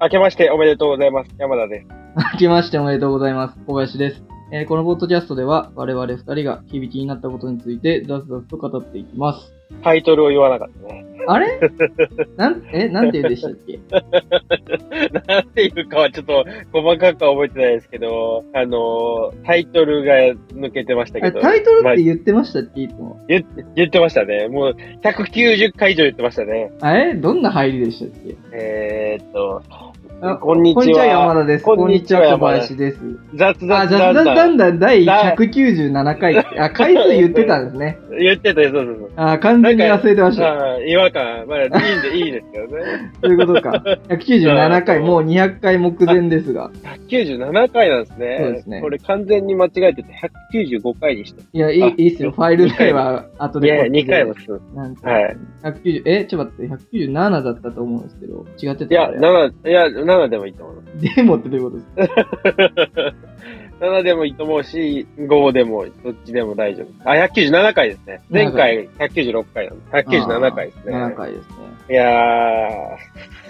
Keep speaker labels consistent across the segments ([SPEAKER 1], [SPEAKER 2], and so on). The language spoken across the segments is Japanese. [SPEAKER 1] 明けましておめでとうございます。山田です。
[SPEAKER 2] 明けましておめでとうございます。小林です。えーこのポッドキャストでは、我々二人が響きになったことについて、雑々と語っていきます。
[SPEAKER 1] タイトルを言わなかったね。
[SPEAKER 2] あれなん、え、なんて言うんでしたっけ
[SPEAKER 1] なんていうかはちょっと細かくは覚えてないですけど、あのータイトルが抜けてました
[SPEAKER 2] あ
[SPEAKER 1] け
[SPEAKER 2] れ
[SPEAKER 1] ど。
[SPEAKER 2] タイトル
[SPEAKER 1] ま
[SPEAKER 2] っ
[SPEAKER 1] あ
[SPEAKER 2] て言ってましたっけいつも。
[SPEAKER 1] 言って言ってましたね。もう190回以上言ってましたね。
[SPEAKER 2] あれどんな入りでしたっけ
[SPEAKER 1] えー、っと、
[SPEAKER 2] あ
[SPEAKER 1] こんにちは
[SPEAKER 2] こんにちは、山田です。
[SPEAKER 1] こ
[SPEAKER 2] こ
[SPEAKER 1] ん
[SPEAKER 2] ん
[SPEAKER 1] に
[SPEAKER 2] に
[SPEAKER 1] ち
[SPEAKER 2] ち
[SPEAKER 1] は
[SPEAKER 2] は、小林です。
[SPEAKER 1] 雑
[SPEAKER 2] あ、
[SPEAKER 1] 談だんだ
[SPEAKER 2] 雑談
[SPEAKER 1] ん
[SPEAKER 2] だんだん第197回って。あ、回数言ってたんです ね。
[SPEAKER 1] 言ってたよ、そうそう
[SPEAKER 2] あ、完全に忘れてまし
[SPEAKER 1] そう。
[SPEAKER 2] た。
[SPEAKER 1] ああ、違和感、まだいいんで、いいですけどね。
[SPEAKER 2] とい うことか。197
[SPEAKER 1] う
[SPEAKER 2] 回、
[SPEAKER 1] ん
[SPEAKER 2] もう200回目前ですが。
[SPEAKER 1] 97回なんですね。
[SPEAKER 2] そうですね
[SPEAKER 1] これ完全に間違えてて、195回にした。
[SPEAKER 2] いや、い
[SPEAKER 1] あ
[SPEAKER 2] い、いいっすよ。ファイル名は後
[SPEAKER 1] い
[SPEAKER 2] で。
[SPEAKER 1] や、2回も。そう。
[SPEAKER 2] なんて
[SPEAKER 1] はい。
[SPEAKER 2] 190、え、ちょっと待って、197だったと思うんですけど、違って
[SPEAKER 1] い
[SPEAKER 2] た
[SPEAKER 1] や、
[SPEAKER 2] あれ
[SPEAKER 1] 7、いや、7でもいいと思う。
[SPEAKER 2] でもってどういうことですか
[SPEAKER 1] 7でもいいと思うし、5でも、どっちでも大丈夫。あ、197回ですね。前回196回なんで、197回ですね。
[SPEAKER 2] 7回ですね。
[SPEAKER 1] いや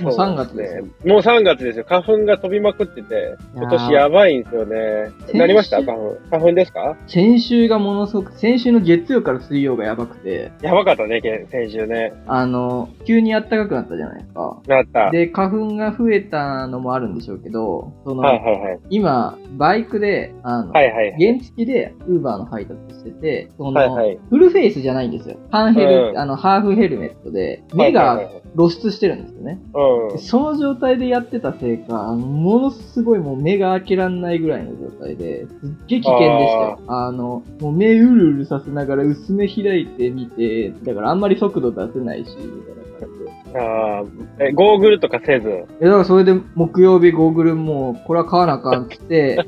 [SPEAKER 1] ー。
[SPEAKER 2] もう3月
[SPEAKER 1] そう
[SPEAKER 2] ですよ。。
[SPEAKER 1] もう3月ですよ。花粉が飛びまくってて、今年やばいんですよね。
[SPEAKER 2] 先週
[SPEAKER 1] なりました花粉。花粉ですか
[SPEAKER 2] 先週がものすごく、先週の月曜から水曜がやばくて、
[SPEAKER 1] やばかったね、け先週ね。
[SPEAKER 2] あの、急に暖かくなったじゃないですか。
[SPEAKER 1] なった。
[SPEAKER 2] で、花粉が増えたのもあるんでしょうけど、その、
[SPEAKER 1] はいはいはい。
[SPEAKER 2] 今、バイクで、あの、
[SPEAKER 1] はいはい。
[SPEAKER 2] 原付でウーバーの配達してて、その、
[SPEAKER 1] はいはい
[SPEAKER 2] フルフェイスじゃないんですよ。半ヘル、
[SPEAKER 1] うん
[SPEAKER 2] あの、ハーフヘルメットで、目
[SPEAKER 1] はい
[SPEAKER 2] が
[SPEAKER 1] はい
[SPEAKER 2] 露出してるんですよね。
[SPEAKER 1] はいうん。
[SPEAKER 2] その状態でやってたせいか、ものすごいもう目が開けらんないぐらいの状態で、すっげえ危険でしたよ。あの、もう目うるうるさせながら薄め開いてみて、だからあんまり速度出せないし、みたいな感じで。
[SPEAKER 1] あーえ、ゴーグルとかせず。
[SPEAKER 2] いやだからそれで木曜日ゴーグルもうこれは買わなあかんっつ って、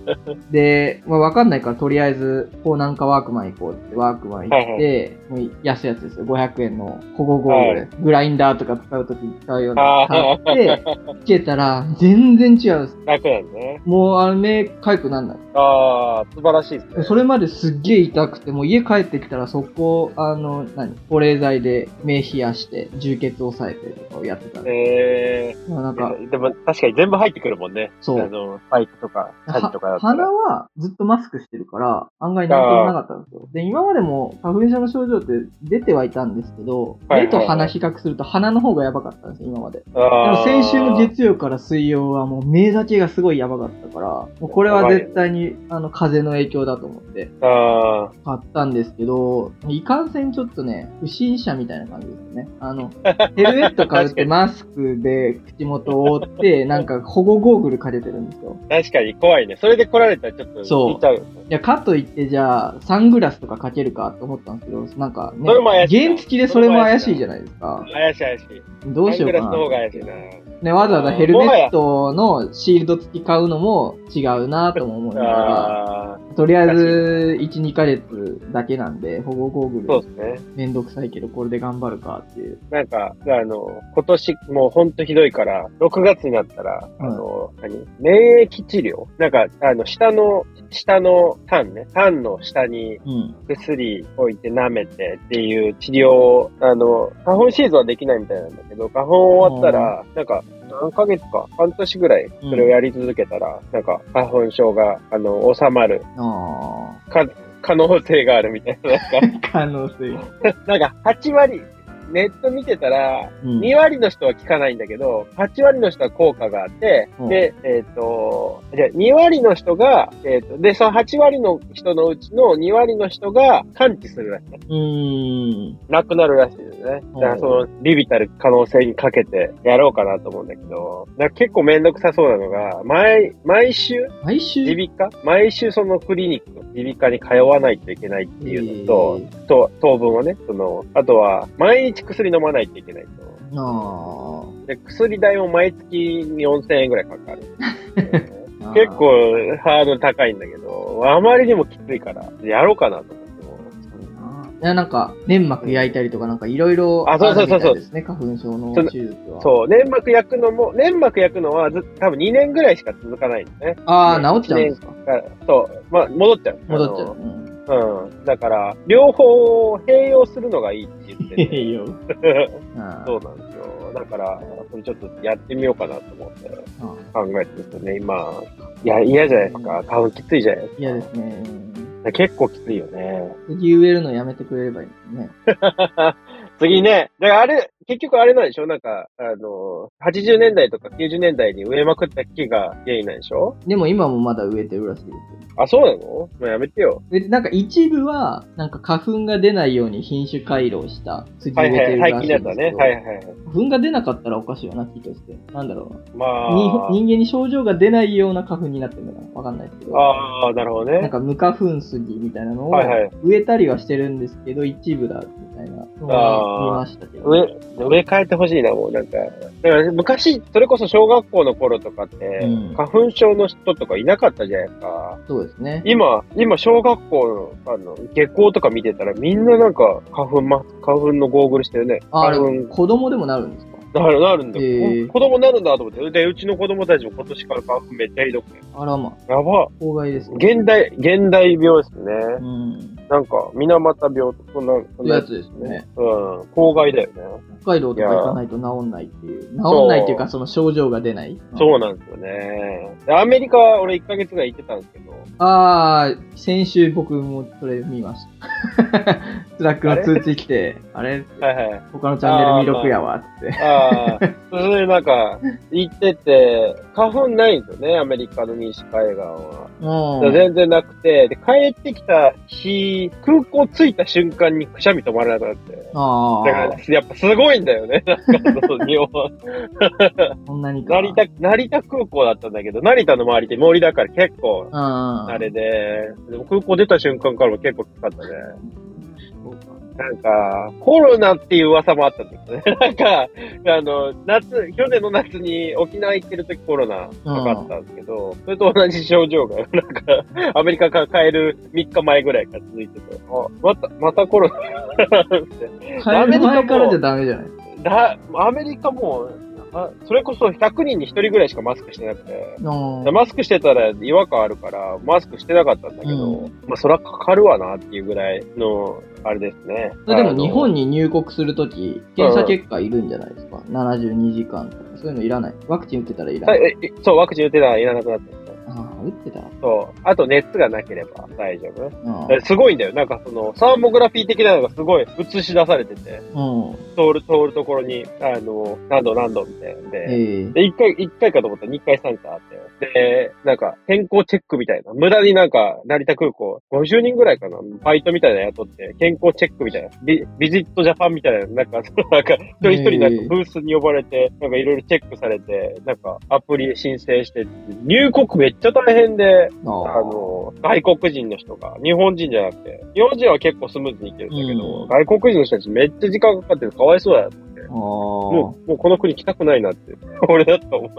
[SPEAKER 2] で、まあ、わかんないからとりあえず、こうなんかワークマン行こうってワークマン行って、もう安いやつですよ。500円の保護ゴーグル、グラインダーとか使うときに使うような
[SPEAKER 1] あ
[SPEAKER 2] の買って、つけたら全然違うんです。
[SPEAKER 1] 楽なんね。
[SPEAKER 2] もうあの目かゆくなんない。
[SPEAKER 1] あー、素晴らしいですね。
[SPEAKER 2] それまですっげえ痛くて、もう家帰ってきたらそこ、あの、何保冷剤で目冷やして、充血抑えてとかをやってたんで
[SPEAKER 1] え
[SPEAKER 2] す。なんか、
[SPEAKER 1] ー、でも確かに全部入ってくるもんね。
[SPEAKER 2] そう
[SPEAKER 1] あの、バイクとか、サジとかだ
[SPEAKER 2] は
[SPEAKER 1] った
[SPEAKER 2] 鼻
[SPEAKER 1] ら。
[SPEAKER 2] はずっとマスクしてるから、案外なんともなかったんですよ。で、今までも花粉症の症状って出てはいたんですけど、
[SPEAKER 1] はいはいはい
[SPEAKER 2] 目と鼻比較すると鼻の方がやばかったんですよ、今まで。で
[SPEAKER 1] あ
[SPEAKER 2] も
[SPEAKER 1] ー
[SPEAKER 2] 先週の月曜から水曜はもう目だけがすごいやばかったから、もうこれは絶対にあの風邪の影響だと思って
[SPEAKER 1] あ
[SPEAKER 2] 買ったんですけど、いかんせんちょっとね、不審者みたいな感じですよね。あの、ヘルメット買う
[SPEAKER 1] 確
[SPEAKER 2] っ
[SPEAKER 1] か
[SPEAKER 2] て
[SPEAKER 1] に
[SPEAKER 2] マスクで口元を覆って、なんか保護ゴーグルかけてるんですよ。
[SPEAKER 1] ー、確かに怖いね。それで来られたらちょっと
[SPEAKER 2] そう
[SPEAKER 1] 聞いちゃうよね。
[SPEAKER 2] いや、かといって、じゃあ、サングラスとかかけるかと思ったんですけど、なんかね、
[SPEAKER 1] それも怪しいな
[SPEAKER 2] 原付きでそれも怪しいじゃないですか。
[SPEAKER 1] 怪しい怪しい。
[SPEAKER 2] どうしよう
[SPEAKER 1] サ
[SPEAKER 2] か
[SPEAKER 1] ングラスの
[SPEAKER 2] な
[SPEAKER 1] 方が怪しいな。
[SPEAKER 2] ね。わざわざヘルメットのシールド付き買うのも違うなとも思いながら、
[SPEAKER 1] あ
[SPEAKER 2] とりあえず1、2ヶ月だけなんで、保護ゴー
[SPEAKER 1] ー、そう
[SPEAKER 2] グル
[SPEAKER 1] ですね。
[SPEAKER 2] めんどくさいけど、これで頑張るかっていう。
[SPEAKER 1] なんか、あの、今年もうほんとひどいから、6月になったら、
[SPEAKER 2] うん
[SPEAKER 1] あの、何免疫治療なんか、あの、下の、下の痰ね。痰の下に
[SPEAKER 2] うん。
[SPEAKER 1] 薬置いて舐めてっていう治療を、あの、花粉シーズンはできないみたいなんだけど、花粉終わったら、なんか、何ヶ月か、半年ぐらい、それをやり続けたら、なんか、花粉症が、あの、収まる、
[SPEAKER 2] あ
[SPEAKER 1] か、可能性があるみたいな。なん
[SPEAKER 2] ー。可能性。
[SPEAKER 1] か、なんか8割、ネット見てたら、
[SPEAKER 2] うん
[SPEAKER 1] 2割の人は効かないんだけど、8割の人は効果があって、
[SPEAKER 2] うん
[SPEAKER 1] で、えっ、と、じゃあ2割の人が、えっ、と、で、その8割の人のうちの2割の人が完治するらしい。
[SPEAKER 2] うーん。
[SPEAKER 1] なくなるらしいですね。だからその、ビビたる可能性にかけてやろうかなと思うんだけど、なんか結構めんどくさそうなのが、毎、毎週、
[SPEAKER 2] 毎週
[SPEAKER 1] 耳鼻科毎週そのクリニック、耳鼻科に通わないといけないっていうのと、
[SPEAKER 2] えー
[SPEAKER 1] と当分はね、その、あとは、毎日薬飲まないといけないと。
[SPEAKER 2] あ
[SPEAKER 1] で、薬代も毎月に4000円ぐらいかかる。
[SPEAKER 2] ー
[SPEAKER 1] 結構、ハードル高いんだけど、あまりにもきついから、やろうかなと思っても。
[SPEAKER 2] いや、なんか、粘膜焼いたりとか、なんかいろいろ
[SPEAKER 1] あそうそうそうそう
[SPEAKER 2] あるみたいですね、花粉症の手術は。
[SPEAKER 1] そう、粘膜焼くのも、粘膜焼くのはず多分2年ぐらいしか続かないんですね。
[SPEAKER 2] ああ、治っちゃうんですか
[SPEAKER 1] だからそう、まあ、戻っちゃう。
[SPEAKER 2] 戻っちゃ
[SPEAKER 1] あ
[SPEAKER 2] う。うん
[SPEAKER 1] のうん。だから、 両方を併用するのがいいって言ってて、
[SPEAKER 2] いいよ。あー
[SPEAKER 1] そうなんですよ。だから、それちょっとやってみようかなと思って
[SPEAKER 2] あ
[SPEAKER 1] 考えてるんですよね、今。いや、嫌じゃないですか。多分きついじゃないですか。
[SPEAKER 2] 嫌ですね。うん
[SPEAKER 1] 結構きついよね。
[SPEAKER 2] 次植えるのやめてくれればいいですね。
[SPEAKER 1] 次ね、だからあれ、結局あれなんでしょなんか、あの、80年代とか90年代に植えまくった木が原因なんでしょ
[SPEAKER 2] でも今もまだ植えてるらしいですよ。
[SPEAKER 1] あ、そうなのもうやめてよ。
[SPEAKER 2] で、なんか一部は、なんか花粉が出ないように品種改良した杉
[SPEAKER 1] は
[SPEAKER 2] 植え
[SPEAKER 1] い
[SPEAKER 2] て
[SPEAKER 1] は
[SPEAKER 2] る
[SPEAKER 1] い、
[SPEAKER 2] らしい
[SPEAKER 1] 最
[SPEAKER 2] ん
[SPEAKER 1] 近
[SPEAKER 2] で
[SPEAKER 1] だっ
[SPEAKER 2] すけど、
[SPEAKER 1] たね。はいはいはい。
[SPEAKER 2] 花粉が出なかったらおかしいよなって人して。なんだろ
[SPEAKER 1] ま
[SPEAKER 2] う。に
[SPEAKER 1] あ、
[SPEAKER 2] 人間に症状が出ないような花粉になってるのかなわかんないですけど。
[SPEAKER 1] ああ、なるほど
[SPEAKER 2] なん
[SPEAKER 1] ね。
[SPEAKER 2] か無花粉杉みたいなのを
[SPEAKER 1] はいはい
[SPEAKER 2] 植えたりはしてるんですけど、一部だみたいなのは見ましたけど。
[SPEAKER 1] 植え、植え替えてほしいな、もうなんか。だから昔、それこそ小学校の頃とかって、
[SPEAKER 2] うん
[SPEAKER 1] 花粉症の人とかいなかったじゃないですか。
[SPEAKER 2] そうですね。
[SPEAKER 1] 今、今、小学校の、あの、下校とか見てたら、みんななんか、花粉マスク、花粉のゴーグルしてるね。
[SPEAKER 2] あ、あ
[SPEAKER 1] 花
[SPEAKER 2] れ
[SPEAKER 1] 粉、
[SPEAKER 2] 子供でもなるんですか
[SPEAKER 1] なる、なるんだよ。
[SPEAKER 2] へえ
[SPEAKER 1] 子供なるんだと思って。で、うちの子供たちも今年から花粉めっちゃひどくて。
[SPEAKER 2] あらまあ、
[SPEAKER 1] やば。
[SPEAKER 2] 公害ですね。
[SPEAKER 1] 現代、現代病ですね。
[SPEAKER 2] うん。
[SPEAKER 1] なんか、水俣病とか、そんな、そんな
[SPEAKER 2] やつですね。
[SPEAKER 1] うん。公害だよね。
[SPEAKER 2] 北海道とか行かないと治んないっていう。治んないっていうか、その症状が出ない。。
[SPEAKER 1] そううなんですよね。でアメリカは俺1ヶ月ぐらい行ってたんですけど、
[SPEAKER 2] あー、先週僕もそれ見ました。 スラックの通知来て、あれ
[SPEAKER 1] はいはい。
[SPEAKER 2] 他のチャンネル見ろくやわ、つって。
[SPEAKER 1] ああ、 それでなんか、行ってて、花粉ないんですよね、アメリカの西海岸は。
[SPEAKER 2] もう、
[SPEAKER 1] 全然なくて、で、帰ってきた日、空港着いた瞬間にくしゃみ止まらなくなって。
[SPEAKER 2] あ
[SPEAKER 1] だから
[SPEAKER 2] あ、、
[SPEAKER 1] やっぱすごいんだよね。なんか、そう日本。
[SPEAKER 2] こんなにか。
[SPEAKER 1] 成田、成田空港だったんだけど、成田の周りって森だから結構、
[SPEAKER 2] うん。
[SPEAKER 1] あれで、でも空港出た瞬間からも結構きつかったね。
[SPEAKER 2] そうか
[SPEAKER 1] なんか、コロナっていう噂もあったんですよね。 なんか、あの、夏、去年の夏に沖縄行ってる時コロナかかったんですけど、それと同じ症状が、 なんか、アメリカから帰る3日前ぐらいから続いてて、あ、また、またコロナ って
[SPEAKER 2] 帰る前からじゃダメじゃない
[SPEAKER 1] だ、アメリカもう、あそれこそ100人に1人ぐらいしかマスクしてなくて、
[SPEAKER 2] の
[SPEAKER 1] マスクしてたら違和感あるから、マスクしてなかったんだけど、
[SPEAKER 2] うん
[SPEAKER 1] まあ、そらかかるわなっていうぐらいの、あれですね。
[SPEAKER 2] それで
[SPEAKER 1] あ
[SPEAKER 2] も
[SPEAKER 1] の
[SPEAKER 2] 日本に入国するとき、検査結果いるんじゃないですか。72時間とか。そういうのいらない。ワクチン打ってたらいら
[SPEAKER 1] は
[SPEAKER 2] ないい。
[SPEAKER 1] えそう、ワクチン打てたらいらなくなったんですよ
[SPEAKER 2] ああ、打ってたら。
[SPEAKER 1] そう。あと熱がなければ大丈夫。
[SPEAKER 2] うん
[SPEAKER 1] えすごいんだよ。なんかその、サーモグラフィー的なのがすごい映し出されてて、
[SPEAKER 2] うん。
[SPEAKER 1] 通る、通るところに、あの、何度何度みたいなんで、
[SPEAKER 2] ええ。
[SPEAKER 1] で、一回、一回かと思ったら二回三回あって、で、なんか、健康チェックみたいな、無駄になんか、成田空港、50人ぐらいかな、バイトみたいなの雇って、健康チェックみたいな、ビビジットジャパンみたいな、なんか、 そのなんか、一人一人なんかブースに呼ばれて、なんかいろいろチェックされて、なんか、アプリ申請して、入国めっちゃ大変で、
[SPEAKER 2] あ
[SPEAKER 1] あ
[SPEAKER 2] あ。
[SPEAKER 1] の、外国人の人が、日本人じゃなくて、日本人は結構スムーズにいけるんだけど、
[SPEAKER 2] うん
[SPEAKER 1] 外国人の人たちめっちゃ時間かかってる、かわいそうだよ。
[SPEAKER 2] ああ
[SPEAKER 1] も。う、もうこの国来たくないなって、 俺だと思う。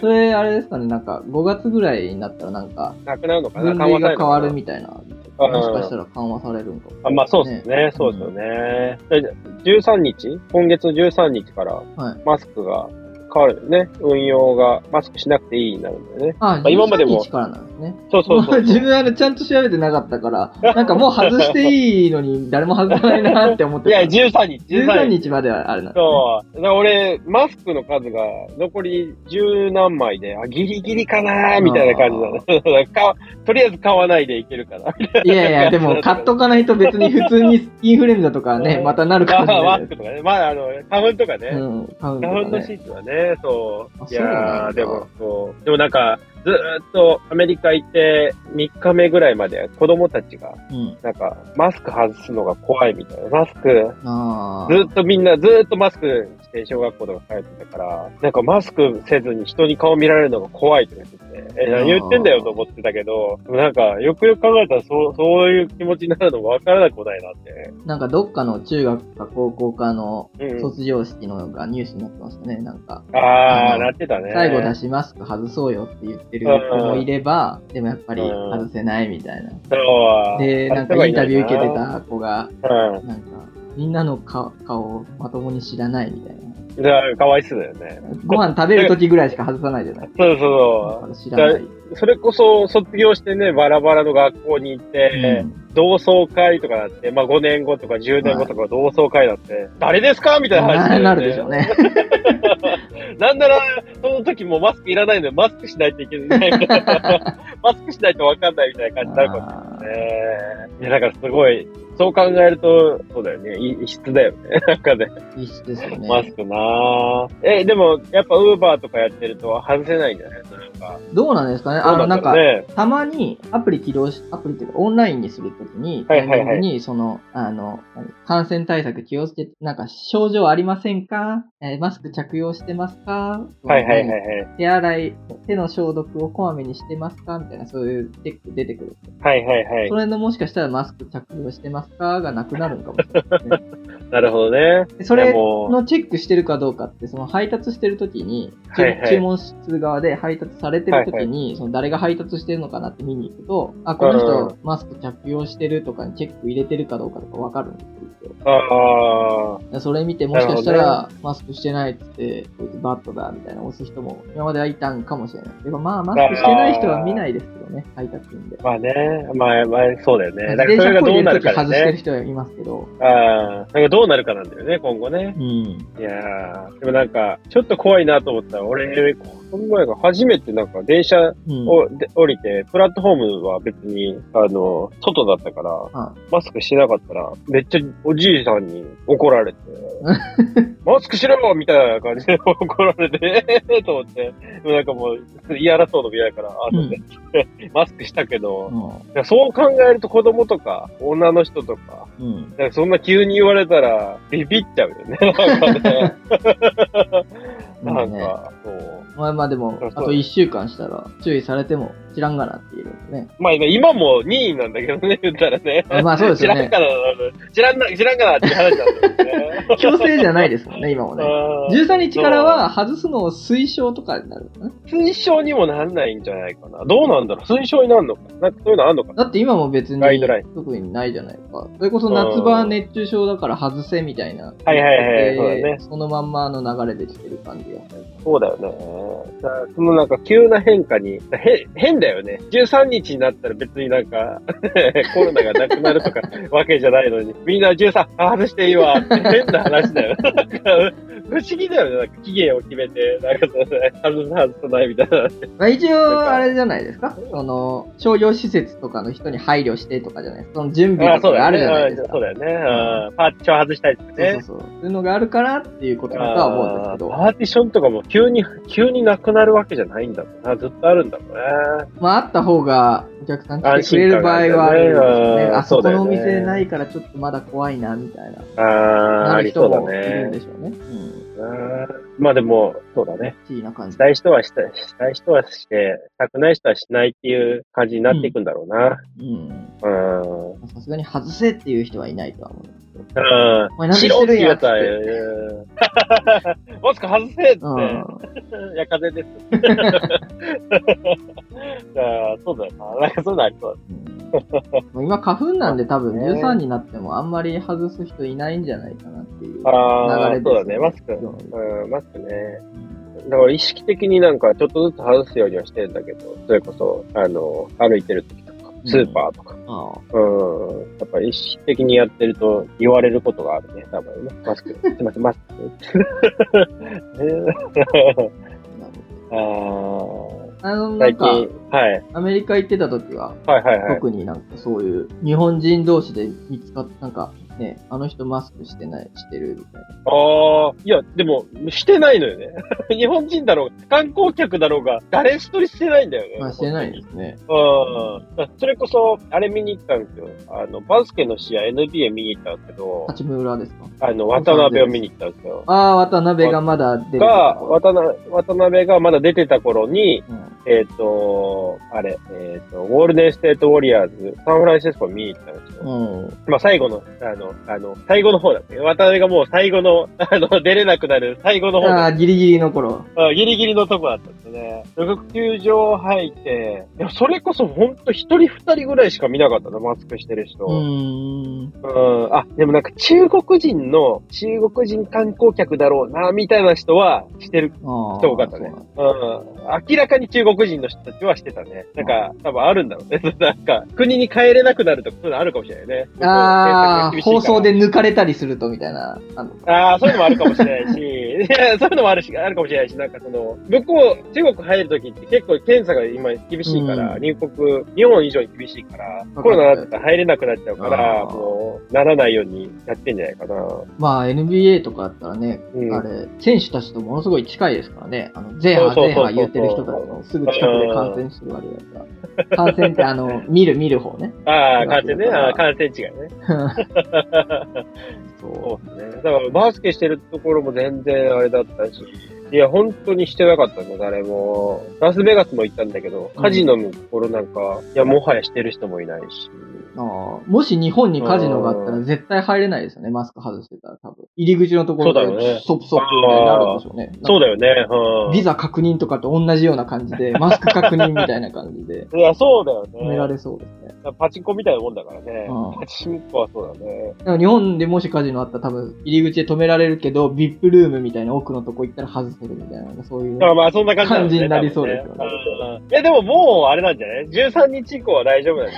[SPEAKER 2] それ、あれですかね、なんか、5月ぐらいになったら、なんか、
[SPEAKER 1] なくなるのかな
[SPEAKER 2] 分類が変わ。
[SPEAKER 1] 緩和され
[SPEAKER 2] る
[SPEAKER 1] のか
[SPEAKER 2] みたいな。
[SPEAKER 1] あー
[SPEAKER 2] もしかしたら緩和されるんかも。
[SPEAKER 1] なあまあそうですね。そうですよね。で13日今月の13日から
[SPEAKER 2] はい、
[SPEAKER 1] マスクが変わるんだよね。運用が、マスクしなくていいになるんだよね。
[SPEAKER 2] あ
[SPEAKER 1] あ
[SPEAKER 2] あ、今
[SPEAKER 1] 今
[SPEAKER 2] ま
[SPEAKER 1] ま
[SPEAKER 2] で
[SPEAKER 1] で
[SPEAKER 2] も。
[SPEAKER 1] も
[SPEAKER 2] 日からなんですね。
[SPEAKER 1] そうそうそう。
[SPEAKER 2] 自分あれちゃんと調べてなかったから、なんかもう外していいのに誰も外さないなって思っ
[SPEAKER 1] い
[SPEAKER 2] てた
[SPEAKER 1] や、13日、
[SPEAKER 2] 13日まではあれなんですね
[SPEAKER 1] そう。だから俺、マスクの数が残り十何枚で、あ、ギリギリかなーみたいな感じな の。かとりあえず買わないでいけるかな。
[SPEAKER 2] いやいや、でも買っとかないと別に普通にインフルエンザとかね、またなるかもしれ
[SPEAKER 1] まあ
[SPEAKER 2] な
[SPEAKER 1] マス
[SPEAKER 2] いで
[SPEAKER 1] クとかね。まあ、あの、花粉とかね。
[SPEAKER 2] す。うん、買うん
[SPEAKER 1] ラウンド
[SPEAKER 2] だ
[SPEAKER 1] シ
[SPEAKER 2] ね。
[SPEAKER 1] ーツはね、そ
[SPEAKER 2] あ
[SPEAKER 1] う。い
[SPEAKER 2] そうなん
[SPEAKER 1] や
[SPEAKER 2] だ
[SPEAKER 1] ーでも、そう。でもなんか、ずーっとアメリカ行って3日目ぐらいまで子供たちが、
[SPEAKER 2] うん。
[SPEAKER 1] なんか、マスク外すのが怖いみたいな。マスク、
[SPEAKER 2] あ
[SPEAKER 1] ずーっとみんな、ずーっとマスクして小学校とか帰ってたから、なんかマスクせずに人に顔見られるのが怖いって言ってて、え、何言ってんだよと思ってたけど、でもなんか、よくよく考えたら、そう、そういう気持ちになるの分からなくもないなって。
[SPEAKER 2] あ、なんかどっかの中学か高校かの
[SPEAKER 1] うん。
[SPEAKER 2] 卒業式のがニュースになってましたね、なんか。
[SPEAKER 1] あ
[SPEAKER 2] あ
[SPEAKER 1] ー、
[SPEAKER 2] の
[SPEAKER 1] なってたね。
[SPEAKER 2] 最後だしマスク外そうよって言ってる子もいれば、でもやっぱり
[SPEAKER 1] うん
[SPEAKER 2] 外せないみたいな。
[SPEAKER 1] そう。
[SPEAKER 2] で、なんかインタビュー受けてた子が、
[SPEAKER 1] うん。
[SPEAKER 2] なんか、みんなの顔顔をまともに知らないみたいな。
[SPEAKER 1] じゃあ、かわいそうだよね。
[SPEAKER 2] ご飯食べる時ぐらいしか外さないじゃない
[SPEAKER 1] そうそう
[SPEAKER 2] 知らない。
[SPEAKER 1] そう。それこそ、卒業してね、バラバラの学校に行って、同窓会とかだって、まあ5年後とか10年後とか同窓会だって、誰ですかみたいな話だよ
[SPEAKER 2] な
[SPEAKER 1] ね
[SPEAKER 2] なるでしょうね。
[SPEAKER 1] なんなら、その時もマスクいらないので、マスクしないといけないみたいな。 マスクしないとわかんないみたいな感じになるかも
[SPEAKER 2] あ
[SPEAKER 1] しれないね。いや、だからすごい、そう考えると、そうだよね。い異質だよね。 なんかね、
[SPEAKER 2] ー必須ですよ
[SPEAKER 1] マ
[SPEAKER 2] ね。
[SPEAKER 1] スクなぁ。え、でも、やっぱウーバーとかやってると外せないんじゃないなんか。
[SPEAKER 2] どうなんですかねあの、なんか、
[SPEAKER 1] ね、
[SPEAKER 2] たまにアプリ起動し、アプリっていうかオンラインにするときに、
[SPEAKER 1] はいはいはい
[SPEAKER 2] タイミングに、その、あの、何感染対策気をつけて、なんか症状ありませんかえーマスク着用してますか
[SPEAKER 1] はいはいはいは
[SPEAKER 2] 何手洗い、手の消毒をこまめにしてますかみたいな、そういうチェック出てくる。
[SPEAKER 1] い。はいはい
[SPEAKER 2] そ
[SPEAKER 1] は
[SPEAKER 2] れのもしかしたらマスク着用してますかがなくなるのかもしれないですね。
[SPEAKER 1] い。なるほどね。
[SPEAKER 2] でそれ
[SPEAKER 1] でも
[SPEAKER 2] のチェックしてるかどうかって、その配達してるときに、注
[SPEAKER 1] はいはい
[SPEAKER 2] 注文する側で配達されてるときに、その誰が配達してるのかなって見に行くと、あ、この
[SPEAKER 1] うんう
[SPEAKER 2] 人マスク着用してるとかにチェック入れてるかどうかとかわかるんですよ。
[SPEAKER 1] ああ、
[SPEAKER 2] でそれ見て、もしかした
[SPEAKER 1] なる
[SPEAKER 2] ら、マスクしてないっつって、こいつバットだみたいな押す人も、今まではいたんかもしれない。でもまあ、マスクしてない人は見ないですけどね、配達員で。
[SPEAKER 1] まあね。まあまあ、そうだよね。だ
[SPEAKER 2] 自
[SPEAKER 1] から
[SPEAKER 2] 転
[SPEAKER 1] それ
[SPEAKER 2] 車
[SPEAKER 1] が
[SPEAKER 2] こ
[SPEAKER 1] どう
[SPEAKER 2] いで
[SPEAKER 1] な
[SPEAKER 2] る
[SPEAKER 1] る
[SPEAKER 2] と
[SPEAKER 1] か
[SPEAKER 2] き
[SPEAKER 1] だ
[SPEAKER 2] 外してる
[SPEAKER 1] ね。
[SPEAKER 2] 人はいますけど、
[SPEAKER 1] ああ、なんかどうなるかなんだよね、今後ね。
[SPEAKER 2] うん。
[SPEAKER 1] いやー、でもなんか、ちょっと怖いなと思ったら、俺、この前が初めてなんか電車
[SPEAKER 2] うん
[SPEAKER 1] を、で降りて、プラットフォームは別に、あの、外だったから、
[SPEAKER 2] あ
[SPEAKER 1] マスクしてなかったら、めっちゃおじいさんに怒られ て、マスクしろよみたいな感じで 怒られて、えーと思って、でもなんかもう、言い争うのも嫌だから、あのね、 マスクしたけど、
[SPEAKER 2] う
[SPEAKER 1] いやそう考えると子供とか、女の人とか、
[SPEAKER 2] ん。うん。
[SPEAKER 1] なんかそんな急に言われたら、ビビっちゃうよ ね。なんかね。
[SPEAKER 2] ま
[SPEAKER 1] な
[SPEAKER 2] あ
[SPEAKER 1] ん
[SPEAKER 2] ね
[SPEAKER 1] か、そう。
[SPEAKER 2] まあまあでも、
[SPEAKER 1] そう
[SPEAKER 2] あ
[SPEAKER 1] そう
[SPEAKER 2] と1週間したら、注意されても知らんがなっていうね。
[SPEAKER 1] まあ今今も2位なんだけどね、言ったらね。
[SPEAKER 2] あまあそうですよ
[SPEAKER 1] 知ら
[SPEAKER 2] ね
[SPEAKER 1] んからな、知らんな、知らんからって話 なんだよね。
[SPEAKER 2] 強制じゃないですもんね、今もね。
[SPEAKER 1] あー
[SPEAKER 2] 13日からは外すのを推奨とかになるのね。
[SPEAKER 1] 推奨にもなんないんじゃないかな。どうなんだろう推奨になんのかなんかそういうのあんのか
[SPEAKER 2] だって今も別に
[SPEAKER 1] ガイドライン
[SPEAKER 2] 特にないじゃないか。それこそ夏場は熱中症だから外せみたいな。
[SPEAKER 1] はいはいはいそうだね
[SPEAKER 2] でそのまんまの流れできてる感じが。
[SPEAKER 1] そうだよね。だからそのなんか急な変化に、へ変だよね。13日になったら別になんか コロナがなくなる とかわけじゃないのに、みんな13、あ外していいわって変な話 だよ。なんか不思議だよね。なんか期限を決めて、なんかその外す外さないみたいな。
[SPEAKER 2] ま あ一
[SPEAKER 1] なん
[SPEAKER 2] 応、
[SPEAKER 1] か
[SPEAKER 2] あれじゃないですかその、商業施設とかの人に配慮してとかじゃないですか。その準備
[SPEAKER 1] あ
[SPEAKER 2] とか
[SPEAKER 1] そう
[SPEAKER 2] が
[SPEAKER 1] だ
[SPEAKER 2] あ
[SPEAKER 1] よ
[SPEAKER 2] るじ
[SPEAKER 1] ね。
[SPEAKER 2] ゃないで
[SPEAKER 1] うん
[SPEAKER 2] すか
[SPEAKER 1] そう。だよね。うんパーティション外したりとか
[SPEAKER 2] そうそう
[SPEAKER 1] ね。
[SPEAKER 2] そう。そういうのがあるからっていうことだとは思うんですけど。
[SPEAKER 1] あーパーティションとかも急に、急になくなるわけじゃないんだもんな。ずっとあるんだもんね。
[SPEAKER 2] まあ、あった方がお客さん来てくれる場合はあるんです
[SPEAKER 1] 安心感
[SPEAKER 2] よね。
[SPEAKER 1] があるよね
[SPEAKER 2] あそこのお
[SPEAKER 1] そうだよ
[SPEAKER 2] 店
[SPEAKER 1] ね
[SPEAKER 2] ないからちょっとまだ怖いな、みたいな。
[SPEAKER 1] ああ、
[SPEAKER 2] な
[SPEAKER 1] あ
[SPEAKER 2] る
[SPEAKER 1] りそ
[SPEAKER 2] 人
[SPEAKER 1] うだ
[SPEAKER 2] もいるん
[SPEAKER 1] ね
[SPEAKER 2] で。しょうね。うん。
[SPEAKER 1] うんまあでも、そうだね。
[SPEAKER 2] 不思議な感じ
[SPEAKER 1] し。たい人はしたい、したい人はして、したくない人はしないっていう感じになっていくんだろうな。
[SPEAKER 2] うん。
[SPEAKER 1] うん。
[SPEAKER 2] さすがに外せっていう人はいないとは思う。
[SPEAKER 1] う
[SPEAKER 2] お前
[SPEAKER 1] ん。
[SPEAKER 2] 何して
[SPEAKER 1] 白って
[SPEAKER 2] るん
[SPEAKER 1] 言
[SPEAKER 2] や
[SPEAKER 1] うたら、うん マスク外せって。
[SPEAKER 2] う
[SPEAKER 1] いや、風邪です。 じゃあ、そうだよな。なんかそういうのありそうだね
[SPEAKER 2] ん。もう今花粉なんで多分
[SPEAKER 1] ね
[SPEAKER 2] 13になってもあんまり外す人いないんじゃないかなっていう流
[SPEAKER 1] あー
[SPEAKER 2] れです、
[SPEAKER 1] そうだねマスク
[SPEAKER 2] うん
[SPEAKER 1] うん、マスクね。だから意識的になんかちょっとずつ外すようにはしてんだけど、それこそ、あの、歩いてる時とか、スーパーとか。
[SPEAKER 2] ああ
[SPEAKER 1] うん。やっぱ意識的にやってると言われることがあるね、多分ね。マスク。 すいません、マスク。ね
[SPEAKER 2] なるほど
[SPEAKER 1] あー
[SPEAKER 2] あの、な
[SPEAKER 1] 最
[SPEAKER 2] ん
[SPEAKER 1] 近
[SPEAKER 2] か、、
[SPEAKER 1] はい。
[SPEAKER 2] アメリカ行ってた時は、
[SPEAKER 1] はいはいはい。
[SPEAKER 2] 特になんかそういう日本人同士で見つかっなんかね、あの人マスクしてない、してるみたいな。
[SPEAKER 1] ああ、いや、でも、してないのよね。 日本人だろうが、観光客だろうが、誰一人してないんだよね。
[SPEAKER 2] まあしてないですね。
[SPEAKER 1] うん。それこそ、あれ見に行ったんですよ。あの、バスケの試合、NBA 見に行ったんですけど、
[SPEAKER 2] 八村ですか
[SPEAKER 1] あの、渡辺を見に行ったんですよ。
[SPEAKER 2] ああ、渡辺がまだ出て
[SPEAKER 1] が、
[SPEAKER 2] た頃
[SPEAKER 1] 渡辺渡辺がまだ出てた頃に、
[SPEAKER 2] うん
[SPEAKER 1] えっ、と、あれ、えっ、と、ゴールデンステートウォリアーズ、サンフランシスコ見に行ったんですよ。
[SPEAKER 2] うん。
[SPEAKER 1] まあ、最後の、あの、あの、最後の方だね。渡辺がもう最後の、あの、出れなくなる最後の方だ
[SPEAKER 2] ああ、ギリギリの頃。
[SPEAKER 1] あギリギリのとこだったんですですね。球場入って、いや、それこそほんと一人二人ぐらいしか見なかったの、マスクしてる人。
[SPEAKER 2] うん。
[SPEAKER 1] うん。あ、でもなんか中国人の、中国人観光客だろうな、みたいな人は、してる人多かったね。うん。明らかに中国人の人たちはしてたね。なんか、多分あるんだろうね。 なんか、国に帰れなくなるとか、そういうのあるかもしれないね。
[SPEAKER 2] ああ、放送で抜かれたりすると、みたいな。
[SPEAKER 1] ああ、そういうのもあるかもしれないし、いや、そういうのもあるし、あるかもしれないし、なんかその、向こう、中国入るときって結構検査が今厳しいから、うん、入国、日本以上に厳しいから、コロナだったら入れなくなっちゃうから、もう、ならないようにやってんじゃないかな。
[SPEAKER 2] まあ、NBA とかだったらね、うん、あれ、選手たちとものすごい近いですからね、あの、前半前半言ってる人たちのすぐ近くで感染してるわけだから。 感染ってあの、見る見る方ね。
[SPEAKER 1] ああ、感染ね。ああ、感染違いね。そうですね。だから、バスケしてるところも全然あれだったし、いや、本当にしてなかったね、誰も。ラスベガスも行ったんだけど、カジノのところなんか、いや、もはやしてる人もいないし。
[SPEAKER 2] あもし日本にカジノがあったら絶対入れないですよね、マスク外してたら多分。入り口のところでソプソプみたいになるんでしょうね。
[SPEAKER 1] そうだよね、
[SPEAKER 2] うん。ビザ確認とかと同じような感 じで、マスク確認みたいな感じで。
[SPEAKER 1] いや、そうだよね。
[SPEAKER 2] 止められそうですね。
[SPEAKER 1] パチンコみたいなもんだからね。パチンコはそうだね。
[SPEAKER 2] だから日本でもしカジノあったら多分入り口で止められるけど、VIP ルームみたいな奥のとこ行ったら外せるみたいな、そういう
[SPEAKER 1] まあそんな感じ,、
[SPEAKER 2] 感じになりそうですよね。
[SPEAKER 1] いや、でももうあれなんじゃない ?13 日以降は大丈夫なん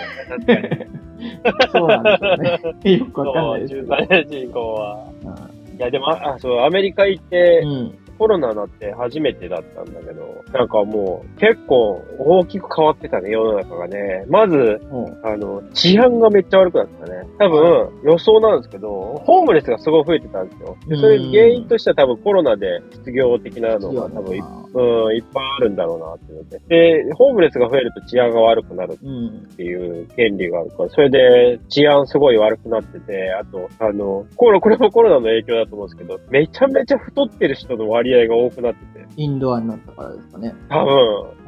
[SPEAKER 1] じゃない確かに。
[SPEAKER 2] そうなんですよ ね。よくわかんないですけど。13
[SPEAKER 1] 日以降は。うん、いや、でも、あ、そう、アメリカ行って、うんコロナになって初めてだったんだけど、なんかもう結構大きく変わってたね、世の中がね。まず、うん、あの、治安がめっちゃ悪くなったね。多分、予想なんですけど、ホームレスがすごい増えてたんですよ。で、それ原因としては多分コロナで失業的なのが多分い、うん、いっぱいあるんだろうなって思って。で、ホームレスが増えると治安が悪くなるっていう権利があるから、それで治安すごい悪くなってて、あと、あの、これ、これもコロナの影響だと思うんですけど、めちゃめちゃ太ってる人の割合割合が多くなってて。
[SPEAKER 2] インドアになったからですかね。
[SPEAKER 1] 多分、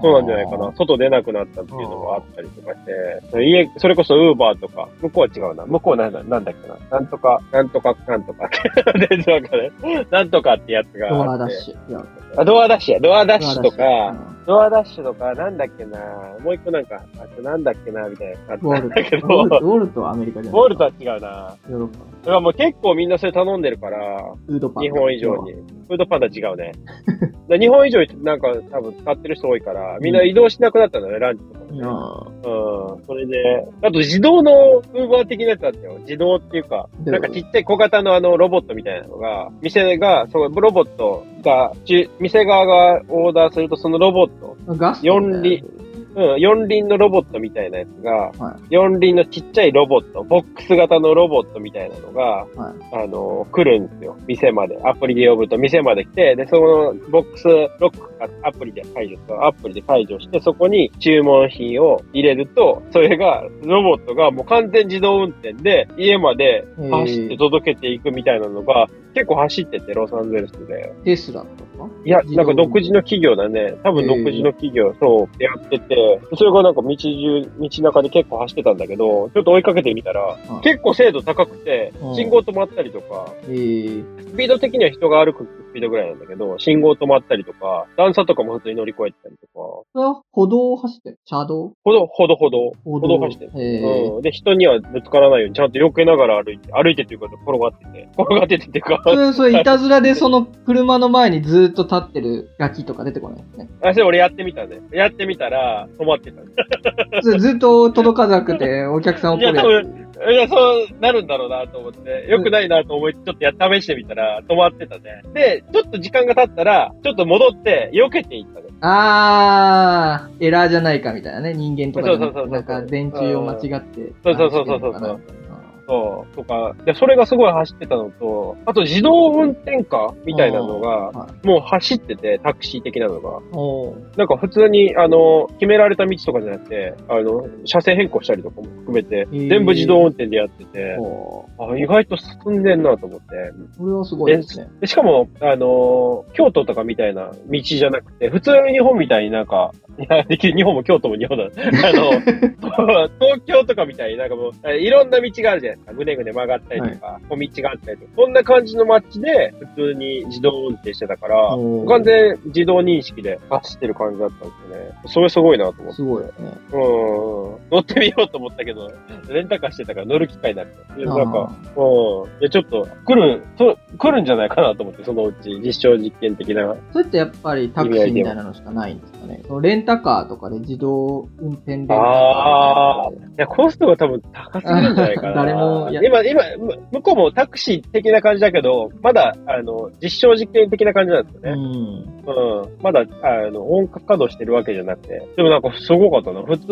[SPEAKER 1] そうなんじゃないかな。外出なくなったっていうのもあったりとかして、家、それこそウーバーとか、向こうは違うな。向こうなんだなんだっけな。なんとか、なんとか、なんとか。 全然わかる。なんとかってやつが
[SPEAKER 2] ドアダッシュ。
[SPEAKER 1] あ、ドアダッシュや。ドアダッシュとか、ドアダッシュとか、なんだっけな、もう一個なんか、あとなんだっけな、みたいな。ウ
[SPEAKER 2] ォルト。ウォルトはアメリカじゃない
[SPEAKER 1] ウォルトは違うな。ヨーロッパ。だからもう結構みんなそれ頼んでるから、
[SPEAKER 2] フードパン
[SPEAKER 1] 日本以上に。フードパンダ違うね。 日本以上になんか多分使ってる人多いから、みんな移動しなくなったんだね、ランチとかもね。うん。それで、あと自動のウーバー的なやつあったよ。自動っていうか、なんかちっちゃい小型のあのロボットみたいなのが、店が、そのロボットが、店側がオーダーするとそのロボット
[SPEAKER 2] ガス
[SPEAKER 1] 四輪、うん、四輪のロボットみたいなやつが、はい、四輪のちっちゃいロボット、ボックス型のロボットみたいなのが、はい、あの、来るんですよ。店まで。アプリで呼ぶと店まで来て、で、そのボックスロックアプリで解除する。アプリで解除して、そこに注文品を入れると、それが、ロボットがもう完全自動運転で、家まで走って届けていくみたいなのが、結構走ってて、ロサンゼルスで。
[SPEAKER 2] テスラとか
[SPEAKER 1] いや、なんか独自の企業だね。多分独自の企業、そう、やってて、それがなんか道中、道中で結構走ってたんだけど、ちょっと追いかけてみたら、はい、結構精度高くて、信号止まったりとか、
[SPEAKER 2] えー、
[SPEAKER 1] スピード的には人が歩くスピードぐらいなんだけど、信号止まったりとか、段差とかも普通に乗り越えたりとか。
[SPEAKER 2] それは歩道を走ってる車道
[SPEAKER 1] 歩道、歩道、歩道。歩道走ってる。うん。で、人にはぶつからないように、ちゃんと避けながら歩いて、歩いてっていうか、転がって て。転がっててっていうか。
[SPEAKER 2] それ、それ、いたずらでその車の前にずっと立ってるガキとか出てこないですね。
[SPEAKER 1] あ、それ俺やってみたね。やってみたら、止まってた、ね。
[SPEAKER 2] それずっ と届かなくて、お客さん怒るやつ。
[SPEAKER 1] いや、そうなるんだろうなと思って、良くないなと思い、ちょっとや、試してみたら、止まってたね。で、ちょっと時間が経ったら、ちょっと戻って、避けていったね。
[SPEAKER 2] あー、エラーじゃないかみたいなね、人間とかそうそうそうなんか電柱を間違って。
[SPEAKER 1] そうそうそうそうそう。そう、とか、で、それがすごい走ってたのと、あと自動運転カみたいなのが、もう走ってて、タクシー的なのが。なんか普通に、あの、決められた道とかじゃなくて、あの、車線変更したりとかも含めて、全部自動運転でやってて、あ意外と進んでんなと思って。
[SPEAKER 2] それはすごいですね。
[SPEAKER 1] でしかも、あの、京都とかみたいな道じゃなくて、普通日本みたいになんか、 いや、日 本も京都も日本だ。あの、東京とかみたいになんかもう、いろんな道があるじゃん。か、ぐねぐね曲がったりとか、小道があったりとか、こんな感じの街で普通に自動運転してたから、
[SPEAKER 2] おー
[SPEAKER 1] 完全自動認識で走ってる感じだったんですよね。それすごいなと思って。
[SPEAKER 2] すごいよね。
[SPEAKER 1] うんうん。乗ってみようと思ったけど、レンタカーしてたから乗る機会なくて。でなんか、
[SPEAKER 2] あ
[SPEAKER 1] うん。で、ちょっと、来る、と来るんじゃないかなと思って、そのうち、実証実験的な。
[SPEAKER 2] ーそれってやっぱりタクシーみたいなのしかないんですかね。そのレンタカーとかで自動運転レンタカーみたいなの
[SPEAKER 1] いや、コストが多分高すぎるんじゃないかな。
[SPEAKER 2] 誰もや
[SPEAKER 1] 今、今、む向こうもタクシー的な感じだけど、まだ、あの、実証実験的な感じなんですよ
[SPEAKER 2] で。う
[SPEAKER 1] ね。
[SPEAKER 2] ん。
[SPEAKER 1] うん。まだ、あの、本格稼働してるわけじゃなくて。でもなんか、すごかったな。普通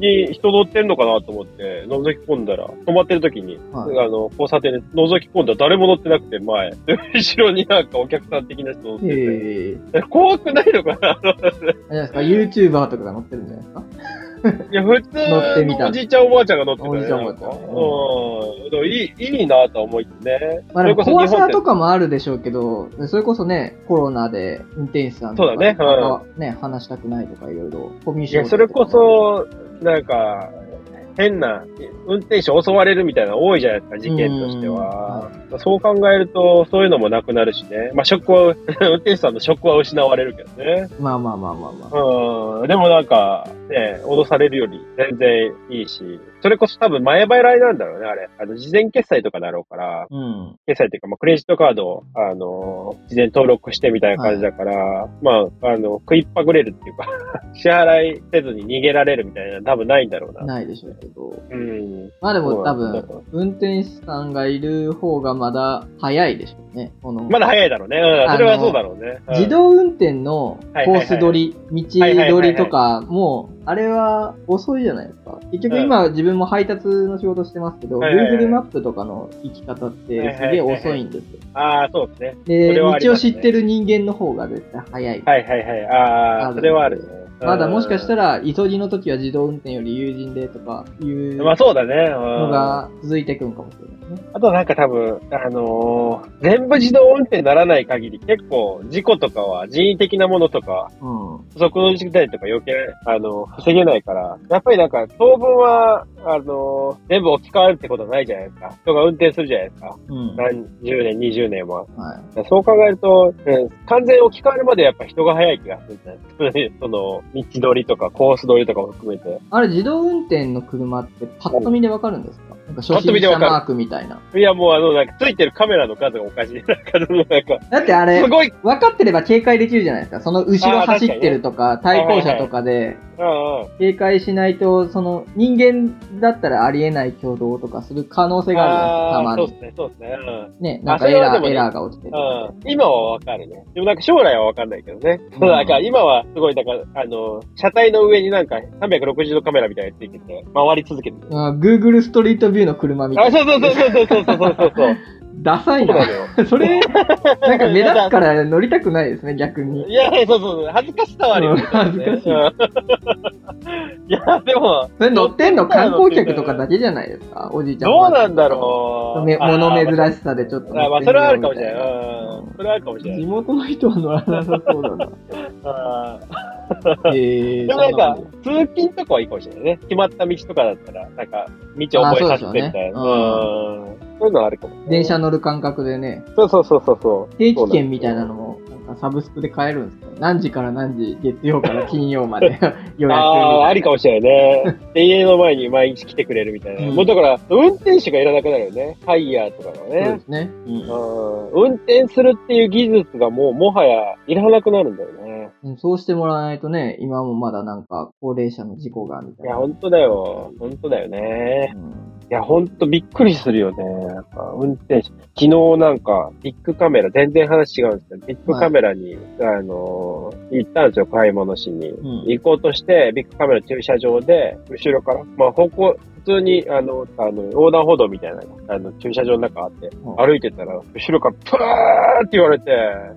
[SPEAKER 1] に人乗ってんのかなと思って、覗き込んだら、止まってる時に、
[SPEAKER 2] は
[SPEAKER 1] あの、交差点で覗き込んだら誰も乗ってなくて、前。 で後ろになんかお客さん的な人乗っ
[SPEAKER 2] い。
[SPEAKER 1] て
[SPEAKER 2] え
[SPEAKER 1] て。
[SPEAKER 2] え
[SPEAKER 1] え怖くないのかな
[SPEAKER 2] あれじゃないですか、YouTuber とかが乗ってるんじゃないですか
[SPEAKER 1] いや、普通
[SPEAKER 2] 乗ってみた
[SPEAKER 1] のおじいちゃんおばあちゃんが乗ってたね。
[SPEAKER 2] おじいちゃんおばあちゃん
[SPEAKER 1] うん。でもいい、いいなとは思いってね。
[SPEAKER 2] まあでも
[SPEAKER 1] それこそ
[SPEAKER 2] 怖
[SPEAKER 1] 日本
[SPEAKER 2] さ
[SPEAKER 1] って
[SPEAKER 2] とかもあるでしょうけど、それこそね、コロナで運転手さんとか
[SPEAKER 1] そうだねうん
[SPEAKER 2] あのね、話したくないとかいろいろ、コミュ
[SPEAKER 1] いや、それこ、そ、なんか、変な、運転手襲われるみたいなの多いじゃないですか、事件としては。そう考えると、そういうのもなくなるしね。まあ、職は、 運転手さんの職は失われるけどね。
[SPEAKER 2] まあまあまあまあまあ。
[SPEAKER 1] うん。でもなんか、ね、脅されるより全然いいし、それこそ多分前払いなんだろうね、あれ。あの、事前決済とかだろうから、
[SPEAKER 2] うん。
[SPEAKER 1] 決済っていうか、まあ、クレジットカードを、あのー事前登録してみたいな感じだから、まあ、あの、食いっぱぐれるっていうか、 支払いせずに逃げられるみたいなの多分ないんだろうな。
[SPEAKER 2] ないでしょうけど。
[SPEAKER 1] うん。
[SPEAKER 2] まあでも多
[SPEAKER 1] そうだ
[SPEAKER 2] 分、運転手さんがいる方がまだ早いでしょうね。この
[SPEAKER 1] まだ早いだろうね。うん。それはそうだろうね。うん
[SPEAKER 2] 自動運転のコース取り、
[SPEAKER 1] はいはいはい
[SPEAKER 2] 道取りとかも、あれは遅いじゃないですか。結局今自分も配達の仕事してますけど、
[SPEAKER 1] はいはいはい
[SPEAKER 2] Google マップとかの行き方ってすげえ遅いんですよ。
[SPEAKER 1] ああ、そうですね。そ
[SPEAKER 2] で、
[SPEAKER 1] れはあり
[SPEAKER 2] 道
[SPEAKER 1] ま
[SPEAKER 2] を
[SPEAKER 1] す
[SPEAKER 2] 知
[SPEAKER 1] ね
[SPEAKER 2] ってる人間の方が絶対早い。
[SPEAKER 1] はいはいはい。あ
[SPEAKER 2] あ
[SPEAKER 1] あ、
[SPEAKER 2] る
[SPEAKER 1] それはあるね。
[SPEAKER 2] まだもしかした
[SPEAKER 1] ら。
[SPEAKER 2] ら、急ぎの時は自動運転より友人でとかいう
[SPEAKER 1] まあ
[SPEAKER 2] の
[SPEAKER 1] そうだね。うん。あ
[SPEAKER 2] が続いてくんかもしれないね。
[SPEAKER 1] となんか多分、あのー全部自動運転にならない限り、結構事故とかは人為的なものとか、
[SPEAKER 2] う
[SPEAKER 1] 不足の事態とか余計、あの、防げないから、やっぱりなんか、当分は、あの、全部置き換わるってことはないじゃないですか。人が運転するじゃないですか。
[SPEAKER 2] ん。うん。
[SPEAKER 1] 何十年、20年は。
[SPEAKER 2] はい。
[SPEAKER 1] そう考えると、うん完全置き換わるまでやっぱ人が早い気がするんじゃないですか。その、道取りとかコース取りとかも含めて。
[SPEAKER 2] あれ、自動運転の車ってパッと見でわかるんですかなんか初
[SPEAKER 1] パッと見
[SPEAKER 2] 心
[SPEAKER 1] でわ
[SPEAKER 2] 者
[SPEAKER 1] かる
[SPEAKER 2] マークみたいな。
[SPEAKER 1] いや、もうあの、なんか、ついてるカメラの数がおかしい。なんか、なんか、
[SPEAKER 2] だってあれ
[SPEAKER 1] す、ごい、
[SPEAKER 2] 分かってれば警戒できるじゃないですか。その後ろ
[SPEAKER 1] あー
[SPEAKER 2] 走ってるとか、対向車とかで、
[SPEAKER 1] うんうん。
[SPEAKER 2] 警戒しないと、その人間だったらありえない挙動とかする可能性がある
[SPEAKER 1] あー
[SPEAKER 2] じゃない
[SPEAKER 1] そう
[SPEAKER 2] ですか、たまに。
[SPEAKER 1] ですね、そうですね。うん
[SPEAKER 2] ね、なん
[SPEAKER 1] あ
[SPEAKER 2] か
[SPEAKER 1] そ
[SPEAKER 2] エ
[SPEAKER 1] れは
[SPEAKER 2] ラ
[SPEAKER 1] で
[SPEAKER 2] ー、
[SPEAKER 1] もね
[SPEAKER 2] エラーが落ちてるとか。
[SPEAKER 1] うん今はわかるね。でもなんか将来はわかんないけどね。
[SPEAKER 2] うん
[SPEAKER 1] なんか今はすごい、なんか、あの、車体の上になんか360度カメラみたいなのついてて、回り続けてる。
[SPEAKER 2] うん Google ストリートビューの車みた
[SPEAKER 1] あ、
[SPEAKER 2] いな。
[SPEAKER 1] そうそうそうそうそうそうそう そう。
[SPEAKER 2] ダサ
[SPEAKER 1] そう
[SPEAKER 2] い
[SPEAKER 1] なの
[SPEAKER 2] な。
[SPEAKER 1] よ。
[SPEAKER 2] それ、なんか目立つから乗りたくないですね、逆
[SPEAKER 1] い
[SPEAKER 2] に。
[SPEAKER 1] や、そうそうそう。恥ずかしさはあるよね。
[SPEAKER 2] 恥ずかしい。
[SPEAKER 1] うん いや、でも、
[SPEAKER 2] それ乗ってんの観光客とかだけじゃないですか、おじいちゃん。
[SPEAKER 1] どうなんだろう。
[SPEAKER 2] め物珍
[SPEAKER 1] い。
[SPEAKER 2] しさでちょっと
[SPEAKER 1] あま
[SPEAKER 2] 乗っ
[SPEAKER 1] あ、
[SPEAKER 2] てみようみ
[SPEAKER 1] そ
[SPEAKER 2] たいな。
[SPEAKER 1] れはあるかもしれない。うん。それはあるかもしれな
[SPEAKER 2] 地
[SPEAKER 1] い。
[SPEAKER 2] 元の人は乗らなさそうだ
[SPEAKER 1] う
[SPEAKER 2] な。
[SPEAKER 1] ん
[SPEAKER 2] えー
[SPEAKER 1] でもなんか、通勤とかはいいかもしれないね。決まった道とかだったら、なんか、道を覚えさせてみたいな。
[SPEAKER 2] あ
[SPEAKER 1] うんそういうのはあるかも。
[SPEAKER 2] 電車乗る感覚でね、
[SPEAKER 1] そうそうそうそうそう。
[SPEAKER 2] 定期券みたいなのも、なんかサブスクで買えるんですか何時から何時、月曜から金曜 まで予約みたいな
[SPEAKER 1] ああー、ありかもしれないね。で、家の前に毎日来てくれるみたいな。
[SPEAKER 2] うん
[SPEAKER 1] もうだから、運転手がいらなくなるよね。ハイヤーとかの
[SPEAKER 2] そう
[SPEAKER 1] ね
[SPEAKER 2] で。すね。
[SPEAKER 1] うん運転するっていう技術がもうもはやいらなくなるんだよね。
[SPEAKER 2] うん、そうしてもらわないとね、今もまだなんか高齢者の事故がみたい
[SPEAKER 1] いや、
[SPEAKER 2] な。
[SPEAKER 1] 本当だよ。本当だよね。
[SPEAKER 2] うん
[SPEAKER 1] いや、ほんとびっくりするよね。やっぱ運転手。昨日なんか、ビッグカメラ、全然話違うんですけど、ビッグカメラに、あのー行ったんですよ、買い物しに。
[SPEAKER 2] ん
[SPEAKER 1] 行こうとして、ビッグカメラ駐車場で、後ろから、まあ方向、普通に、あの、あの、横断歩道みたいな、あの、駐車場の中あって、
[SPEAKER 2] うん
[SPEAKER 1] 歩いてたら、後ろから、プーって言われて、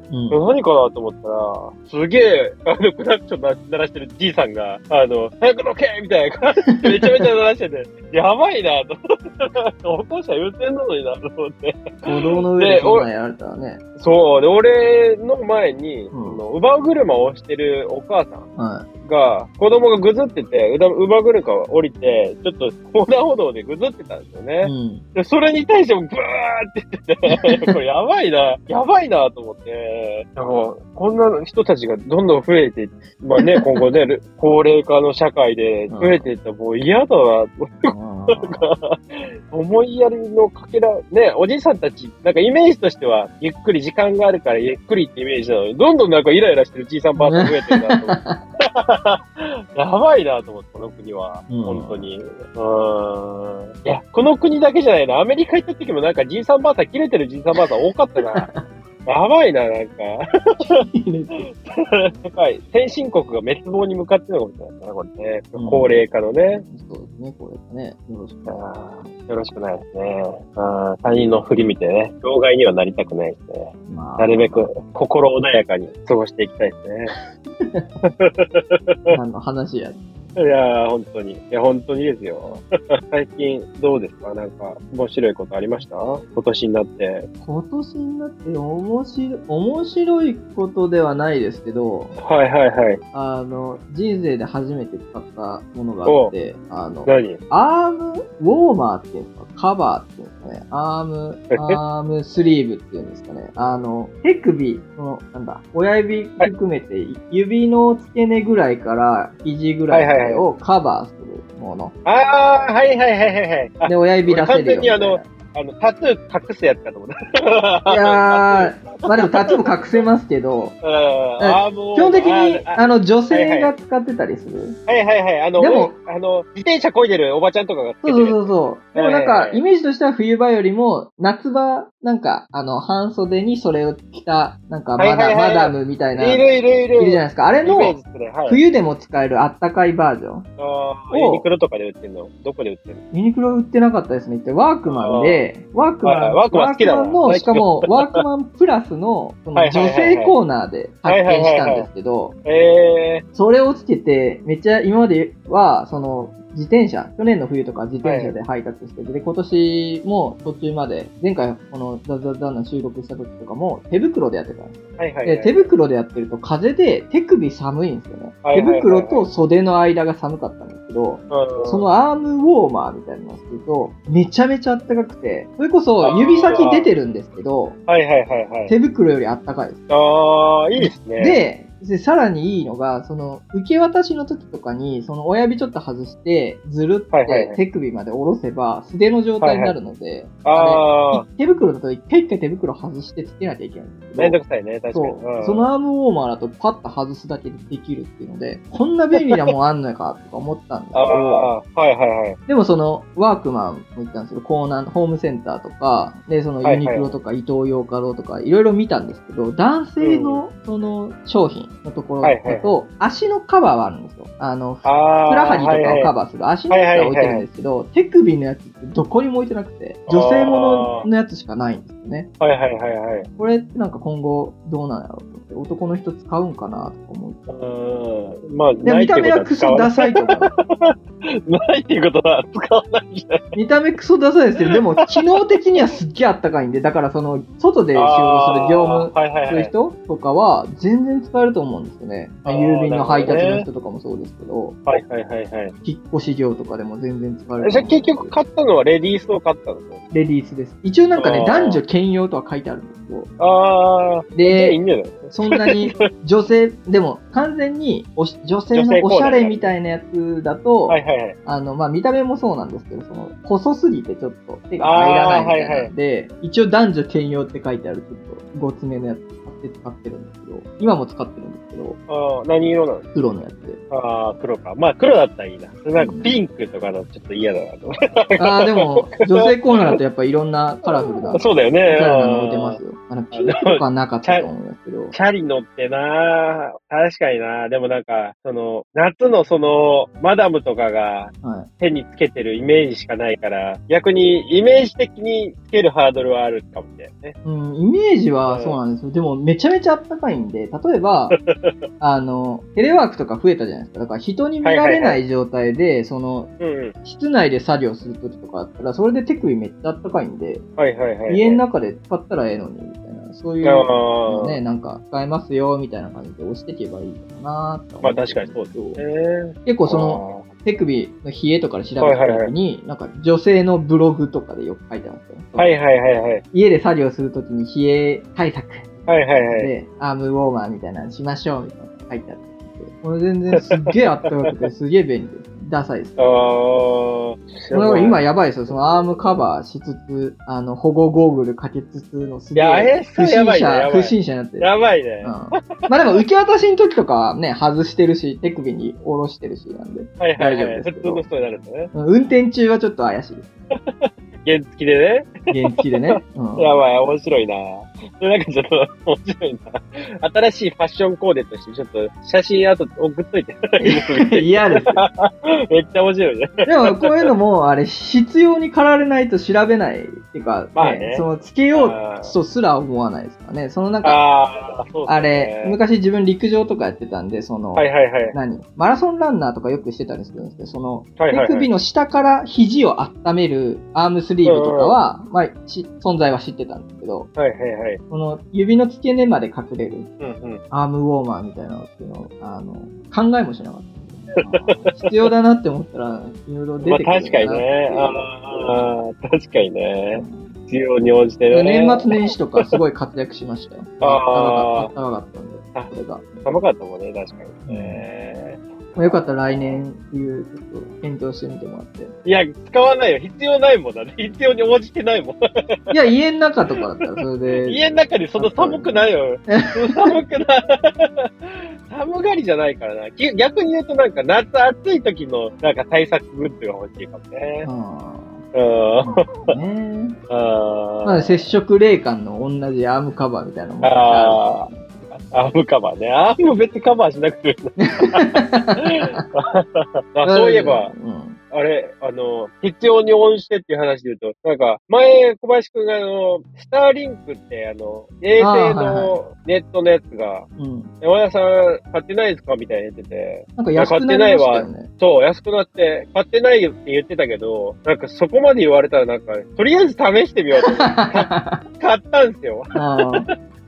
[SPEAKER 2] うん
[SPEAKER 1] 何かなと思ったら、すげえ、あの、クラクション鳴鳴らしてるじいさんが、あの、早くどけみたいな感じでめちゃめちゃ鳴らしてて、やばいなと思って、歩行者言うてんのになと思って。
[SPEAKER 2] 歩道の上でそんなんやられたらね。
[SPEAKER 1] そう、で、俺の前に、
[SPEAKER 2] うん
[SPEAKER 1] その、ウバウ車を押してるお母さん
[SPEAKER 2] は
[SPEAKER 1] が、子供がぐずってて、うだウバグルカを降りて、ちょっと横断歩道でぐずってたんですよ ね。
[SPEAKER 2] うん。
[SPEAKER 1] で、それに対してもブーって言ってて、これやばいな、やばいなと思って、なんか、こんな人たちがどんどん増えて、まあね、今後ね、る高齢化の社会で増えていったらもう嫌だな、思いやりのかけら、ね、おじいさんたち、なんかイメージとしては、ゆっくり時間があるからゆっくりってイメージなのに、どんどんなんかイライラしてるじいさんばあさん増えてるなと思 って。やばいなと思って、この国は。
[SPEAKER 2] うん
[SPEAKER 1] 本当に。うーん。いや、この国だけじゃないな。アメリカ行った時もなんかじいさんばあさん、切れてるじいさんばあさん多かった な。やばいな、なんか。世界、先進国が滅亡に向かってるのかもしれないですね、これね。
[SPEAKER 2] うん
[SPEAKER 1] 高齢化のね。
[SPEAKER 2] そうですね、これね。よろしく。
[SPEAKER 1] あーよろしくないですね。あー他人の振り見てね、障害にはなりたくないですね。
[SPEAKER 2] ま
[SPEAKER 1] なるべく心穏やかに過ごしていきたいです
[SPEAKER 2] あ、あの話や。
[SPEAKER 1] ね。いやー、本当に。いや、本当にですよ。 最近どうですかなんか面白いことありました今年になって。
[SPEAKER 2] 今年になって面白い、面白いことではないですけど、
[SPEAKER 1] はいはいはい。
[SPEAKER 2] あの、人生で初めて使ったものがあって、あの、
[SPEAKER 1] 何
[SPEAKER 2] アームウォーマーっていうんですかカバーっていうんですかねアーム、アームスリーブっていうんですかねあの、手首の、なんだ、親指含めて、指の付け根ぐらいから肘ぐらいまでをカバーするもの。
[SPEAKER 1] あー、はいはいはいはいはい。あ
[SPEAKER 2] で、親指出せるように。
[SPEAKER 1] 完全にあのあの、タトゥー隠すやつかと思った。
[SPEAKER 2] いやー、まあでもタトゥーも隠せますけど、
[SPEAKER 1] うん、あーもう
[SPEAKER 2] 基本的に、
[SPEAKER 1] あーあ
[SPEAKER 2] あの、女性が使ってたりする。
[SPEAKER 1] はいはいはい。あの、
[SPEAKER 2] でも
[SPEAKER 1] あの、自転車漕いでるおばちゃんとかがつけて
[SPEAKER 2] そう
[SPEAKER 1] る
[SPEAKER 2] そ
[SPEAKER 1] や
[SPEAKER 2] う
[SPEAKER 1] つ
[SPEAKER 2] そうそう。でもなん
[SPEAKER 1] はいはい
[SPEAKER 2] か、
[SPEAKER 1] はい
[SPEAKER 2] イメージとしては冬場よりも、夏場、なんか、あの、半袖にそれを着た、なんか、
[SPEAKER 1] はいは
[SPEAKER 2] マ
[SPEAKER 1] いはい
[SPEAKER 2] ダマダムみたいな、
[SPEAKER 1] い
[SPEAKER 2] いる
[SPEAKER 1] るいるいる。
[SPEAKER 2] じゃないですか。あれ
[SPEAKER 1] イメージ
[SPEAKER 2] の、
[SPEAKER 1] する。はい。
[SPEAKER 2] 冬でも使えるあったかいバージョン。
[SPEAKER 1] あー
[SPEAKER 2] を
[SPEAKER 1] ユニクロとかで売ってんのどこで売ってんの
[SPEAKER 2] ユニクロ売ってなかったですね。ってワークマンで、ワークマ
[SPEAKER 1] はいはい
[SPEAKER 2] ン、
[SPEAKER 1] ワークマン好きだもん
[SPEAKER 2] ワークマンの、しかも、ワークマンプラスの、その
[SPEAKER 1] はい
[SPEAKER 2] 女
[SPEAKER 1] はいはいはい
[SPEAKER 2] 性コーナーで発見したんですけど、
[SPEAKER 1] えー、
[SPEAKER 2] それをつけて、めっちゃ今までは、その、自転車、去年の冬とか自転車で配達してて、で、今年も途中まで、前回このザザザの収録した時とかも、手袋でやってたんです。
[SPEAKER 1] はいはい、はい。
[SPEAKER 2] で、手袋でやってると風で手首寒いんですよね
[SPEAKER 1] はい。
[SPEAKER 2] 手
[SPEAKER 1] はいはいはい
[SPEAKER 2] 袋と袖の間が寒かったんですけど、
[SPEAKER 1] うん
[SPEAKER 2] そのアームウォーマーみたいなのをすると、めちゃめちゃ暖かくて、それこそ指先出てるんですけど、
[SPEAKER 1] はいはいはいはい。
[SPEAKER 2] 手袋より暖かいです。
[SPEAKER 1] あー、いいですね。
[SPEAKER 2] で、でさらにいいのが、その、受け渡しの時とかに、その親指ちょっと外して、ずるっ
[SPEAKER 1] はいはいは
[SPEAKER 2] て
[SPEAKER 1] い
[SPEAKER 2] 手首まで下ろせば、素手の状態になるので、
[SPEAKER 1] あー、
[SPEAKER 2] い手袋だと一回一回手袋外してつけなきゃいけないんですけど
[SPEAKER 1] めんどくさいね、確か
[SPEAKER 2] そ
[SPEAKER 1] に。
[SPEAKER 2] う、そのアームウォーマーだとパッと外すだけでできるっていうので、こんな便利なもんあんのかとか思ったんですけ
[SPEAKER 1] あ
[SPEAKER 2] ど、
[SPEAKER 1] あー、はいはいはい。
[SPEAKER 2] でもその、ワークマンも言ったんですけど、コーナー、ホームセンターとか、で、その
[SPEAKER 1] はい
[SPEAKER 2] ユ
[SPEAKER 1] はい
[SPEAKER 2] ニクロとか伊東洋華堂とか、いろいろ見たんですけど、男性のその商品のところ
[SPEAKER 1] はい
[SPEAKER 2] だ
[SPEAKER 1] は
[SPEAKER 2] と、足のカバーはあるんですよ。あの、ふく
[SPEAKER 1] あー、
[SPEAKER 2] らはぎとかを
[SPEAKER 1] バ
[SPEAKER 2] カバーする足のやつは置いてるんですけど、手首のやつってどこにも置いてなくて、女性もののやつしかないんですよね。
[SPEAKER 1] ー。はいはいはいはい。
[SPEAKER 2] これってなんか今後どうなんやろうと思って、男の人使うんかなとか思う。
[SPEAKER 1] うーん。まあ、
[SPEAKER 2] でも
[SPEAKER 1] ない
[SPEAKER 2] 見
[SPEAKER 1] って
[SPEAKER 2] た
[SPEAKER 1] こ
[SPEAKER 2] 目
[SPEAKER 1] と
[SPEAKER 2] は
[SPEAKER 1] は
[SPEAKER 2] ク
[SPEAKER 1] 使
[SPEAKER 2] ソ
[SPEAKER 1] わな
[SPEAKER 2] ダ
[SPEAKER 1] い。
[SPEAKER 2] サいと思う。
[SPEAKER 1] ない っていうことは使わないんじゃない
[SPEAKER 2] 見た目クソダサいですけど、で も機能的にはすっげえあったかいんで、だからその、外で仕事する業務
[SPEAKER 1] あーはいはいは
[SPEAKER 2] する
[SPEAKER 1] い。
[SPEAKER 2] 人とかは全然使えると思うんですよね。
[SPEAKER 1] あー
[SPEAKER 2] 郵便の配達
[SPEAKER 1] なるほど
[SPEAKER 2] の
[SPEAKER 1] ね
[SPEAKER 2] 人とかもそうですけど、
[SPEAKER 1] はいはいはいはい。
[SPEAKER 2] 引っ越し業とかでも全然使えると思う。
[SPEAKER 1] じゃあ結局買ったのはレディースを買ったの
[SPEAKER 2] レディースです。一応なんか
[SPEAKER 1] あ
[SPEAKER 2] ね
[SPEAKER 1] ー、
[SPEAKER 2] 男女兼用とは書いてあるんですけど、
[SPEAKER 1] あー、じゃあいい
[SPEAKER 2] で、
[SPEAKER 1] んじゃない
[SPEAKER 2] そんなに女性、でも完全におし女性のおしゃれみたいなやつだと、
[SPEAKER 1] はいはいはい。
[SPEAKER 2] あの、まあ、見た目もそうなんですけど、その、細すぎてちょっと手が入らないみたいなので、一応男女兼用って書いてある、ちょっと、ごつめのやつ買って使ってるんですけど、今も使ってるんですけど、
[SPEAKER 1] あー何色なの
[SPEAKER 2] 黒のやつ で。
[SPEAKER 1] ああ、黒か。まあ、黒だったらいいな。なんかピンクとかのちょっと嫌だなと思っ
[SPEAKER 2] ああ、でも、女性コーナーだとやっぱいろんなカラフル な、
[SPEAKER 1] て。 そうだよ
[SPEAKER 2] カ
[SPEAKER 1] ね。
[SPEAKER 2] ラフルなの置いてますよ。あの、ピンクとかはなかったと思うんですけど、
[SPEAKER 1] チャリ乗ってな確かになでもなんか、その、夏のその、マダムとかが
[SPEAKER 2] はい。
[SPEAKER 1] 手につけてるイメージしかないから、逆にイメージ的につけるハードルはあるかもしれないね。
[SPEAKER 2] うん、イメージはそうなんですよ。でも、めちゃめちゃあったかいんで、例え ば、あの、テレワークとか増えたじゃないですか。だから人に見られない状態で、その、
[SPEAKER 1] うんうん。
[SPEAKER 2] 室内で作業するときとかあったら、それで手首めっちゃあったかいんで、
[SPEAKER 1] はいはいはい。
[SPEAKER 2] 家の中で使ったらええのに、みたいな。そういうのね、なんか使えますよ、みたいな感じで押していけばいいのかなと
[SPEAKER 1] まあ確かにそうですね。
[SPEAKER 2] 結構その、手首の冷えとかで調べた時に、なんか女性のブログとかでよく書いてますよ。
[SPEAKER 1] はいはいはいはい。
[SPEAKER 2] 家で作業するときに冷え対策。
[SPEAKER 1] はいはいはい。
[SPEAKER 2] で、アームウォーマーみたいなのしましょうみたいな書いてあって。これ全然すっげえあったかくて、すげえ便利です。ダサいです。
[SPEAKER 1] ああ。
[SPEAKER 2] 今やばいですよ。そのアームカバーしつつ、あの、保護ゴーグルかけつつのすげえ不審者、不審者になってる。
[SPEAKER 1] やばいね。
[SPEAKER 2] うん、まあでも受け渡しの時とかはね、外してるし、手首に下ろしてるしなんで。
[SPEAKER 1] はいはい、はい、普通の人になるとね。
[SPEAKER 2] 運転中はちょっと怪しいです。
[SPEAKER 1] 原付きで
[SPEAKER 2] ね。原付きでね。
[SPEAKER 1] うん、やばい、面白いなそれなんかちょっと面白いな新しいファッションコーデとして、ちょっと写真後送っといて。
[SPEAKER 2] 嫌です。
[SPEAKER 1] めっちゃ面白いね。
[SPEAKER 2] でもこういうのも、あれ、必要に駆られないと調べないっていうか、ね、まあね、その、つけようとすら思わないですからね。そのなんか、
[SPEAKER 1] あ,ね、
[SPEAKER 2] あれ、昔自分陸上とかやってたんで、その、
[SPEAKER 1] はいはいはい、
[SPEAKER 2] 何マラソンランナーとかよくしてたりするんですけど、その、手首の下から肘を温めるアームスリーブとかは、うん、まあ、存在は知ってたんですけど、
[SPEAKER 1] はいはいはい。
[SPEAKER 2] この指の付け根まで隠れる、
[SPEAKER 1] うんうん、
[SPEAKER 2] アームウォーマーみたいなのっていうのを、あの、考えもしなかった。 必要だなって思ったら、いろいろ出てくる。
[SPEAKER 1] まあ確かにね。ああ、確かにね。必要に応じてね。
[SPEAKER 2] 年末年始とかすごい活躍しましたよ。
[SPEAKER 1] あ
[SPEAKER 2] あ。暖かかったんで、これが。
[SPEAKER 1] 寒かったもんね、確かに。え
[SPEAKER 2] ーまあ、よかったら来年冬、ちょっと検討してみてもらって。
[SPEAKER 1] いや、使わないよ。必要ないもんだね。必要に応じてないもん。
[SPEAKER 2] いや、家の中とかだったら、それで。
[SPEAKER 1] 家の中でその寒くないよ。寒くない。寒がりじゃないからな。逆に言うとなんか夏暑い時のなんか対策グッズが欲しいかもね。
[SPEAKER 2] うん。ね、まあ接触冷感の同じアームカバーみたいなものが
[SPEAKER 1] ある。アームカバーね。アーム別にカバーしなくてもそういえば、うん、あれ、あの、必要に応じてっていう話で言うと、なんか、前、小林くんが、あの、スターリンクって、あの、衛星のネットのやつが、はいはい、山田さん、買ってないですかみたいに言ってて。
[SPEAKER 2] なんか安くなりましたよ、 ね、買ってないわ。
[SPEAKER 1] そう、安くなって、買ってないよって言ってたけど、なんかそこまで言われたらなんか、とりあえず試してみようと思って、 買ったんですよ。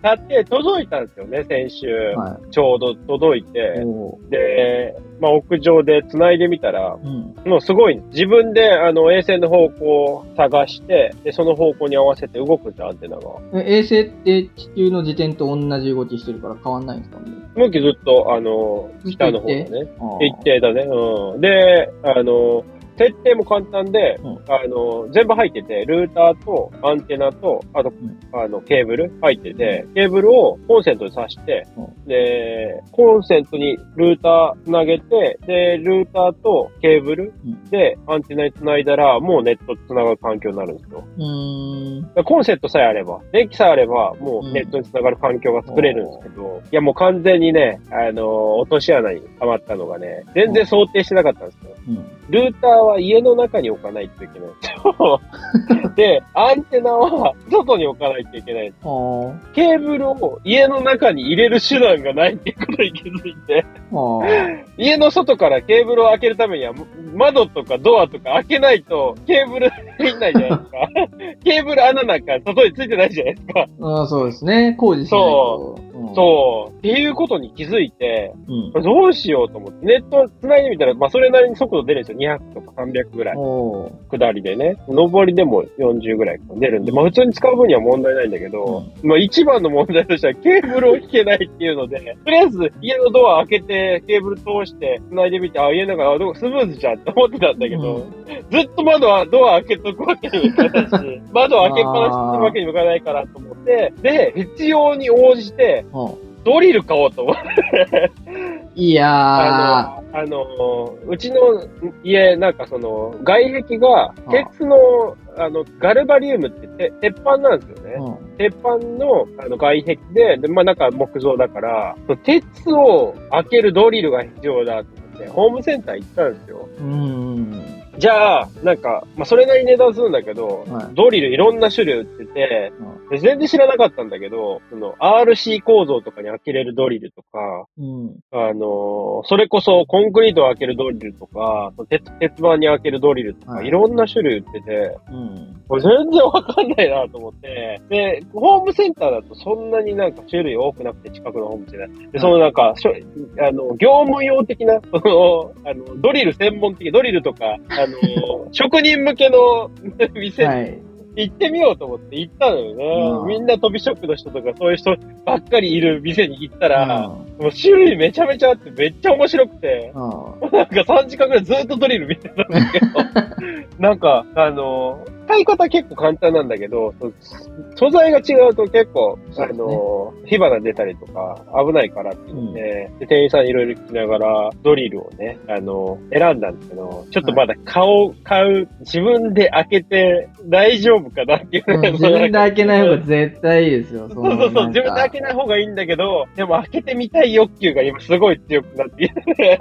[SPEAKER 1] 買って届いたんですよね、先週。はい、ちょうど届いて。で、まあ、屋上で繋いでみたら、うん、もうすごい、自分であの衛星の方向を探して、で、その方向に合わせて動くんだ、アンテナが。
[SPEAKER 2] 衛星って地球の時点と同じ動きしてるから変わんないんですかね
[SPEAKER 1] 向きずっと、あの、北の方だね。一定だね。うん。で、あの、設定も簡単で、うん、あの、全部入ってて、ルーターとアンテナと、あと、うん、あの、ケーブル入ってて、ケーブルをコンセントに挿して、うん、で、コンセントにルーターつなげて、で、ルーターとケーブルでアンテナにつないだら、もうネットつながる環境になるんですよ。コンセントさえあれば、電気さえあれば、もうネットにつながる環境が作れるんですけど、いや、もう完全にね、あの、落とし穴にはまったのがね、全然想定してなかったんですよ。ルーターは家の中に置かないといけないんですよ。で、アンテナは外に置かないといけないんですよ。ケーブルを家の中に入れる手段がないっていうことに気づいて家の外からケーブルを開けるためには、窓とかドアとか開けないとケーブル入んないじゃないですか。ケーブル穴なんか外についてないじゃないですか。
[SPEAKER 2] ああ、そうですね。工事しない
[SPEAKER 1] と。そう。うん、そう。っていうことに気づいて、うん、どうしようと思って、ネット繋いでみたら、まあそれなりに速度出るんですよ。200とか300ぐらい。下りでね。上りでも40ぐらい出るんで、まあ普通に使う分には問題ないんだけど、うん、まあ一番の問題としてはケーブルを引けないっていうので、とりあえず家のドア開けて、ケーブル通して繋いでみて、あ、家の中、あ、スムーズじゃんって思ってたんだけど、うん、ずっと窓は、ドア開けとくわけにもいかないし、窓開けっぱなしにするわけにもいかないからと思って、で、必要に応じて、ドリル買おうと思って。
[SPEAKER 2] いやー。
[SPEAKER 1] あの、あのうちの家、なんかその、外壁が、鉄の、あの、ガルバリウムって鉄板なんですよね。うん、鉄板のあの外壁で、でまあ中木造だから、鉄を開けるドリルが必要だと思って、ホームセンター行ったんですよ。
[SPEAKER 2] うん
[SPEAKER 1] じゃあ、なんか、まあ、それなりに値段するんだけど、はい、ドリルいろんな種類売ってて、うんで全然知らなかったんだけど、その RC 構造とかに開けれるドリルとか、
[SPEAKER 2] うん。
[SPEAKER 1] あのーそれこそコンクリートを開けるドリルとか、鉄鉄板に開けるドリルとか、
[SPEAKER 2] はい
[SPEAKER 1] い、ろんな種類売ってて、
[SPEAKER 2] うん。
[SPEAKER 1] これ全然わかんないなと思って、で、ホームセンターだとそんなになんか種類多くなくて、近くのホームセンター。で、そのなんか、しょあの、業務用的な、 その、あの、ドリル専門的、ドリルとか、あ の、職人向けの 店
[SPEAKER 2] はい。
[SPEAKER 1] 行ってみようと思って行ったのよね。
[SPEAKER 2] うん
[SPEAKER 1] みんな飛びショックの人とかそういう人ばっかりいる店に行ったら、
[SPEAKER 2] うん
[SPEAKER 1] もう種類めちゃめちゃあってめっちゃ面白くて、
[SPEAKER 2] うん
[SPEAKER 1] なんか3時間くらいずっとドリル見てたんだ けど、なんか、あの、使い方結構簡単なんだけど、そ素材が違うと結構、
[SPEAKER 2] そう
[SPEAKER 1] あ
[SPEAKER 2] ですね
[SPEAKER 1] の、火花出たりとか危ないからって言って、で店員さんいろいろ聞きながらドリルをね、あの、選んだんですけど、ちょっとまだ顔、買う、自分で開けて大丈夫かなっていう
[SPEAKER 2] う
[SPEAKER 1] の
[SPEAKER 2] ん
[SPEAKER 1] が
[SPEAKER 2] 自分で開けない方
[SPEAKER 1] が
[SPEAKER 2] が絶対いいで すよ。そ
[SPEAKER 1] そうそうそう、自分で開けない方がいいんだけど、でも開けてみたい欲求が今すごい強くなって、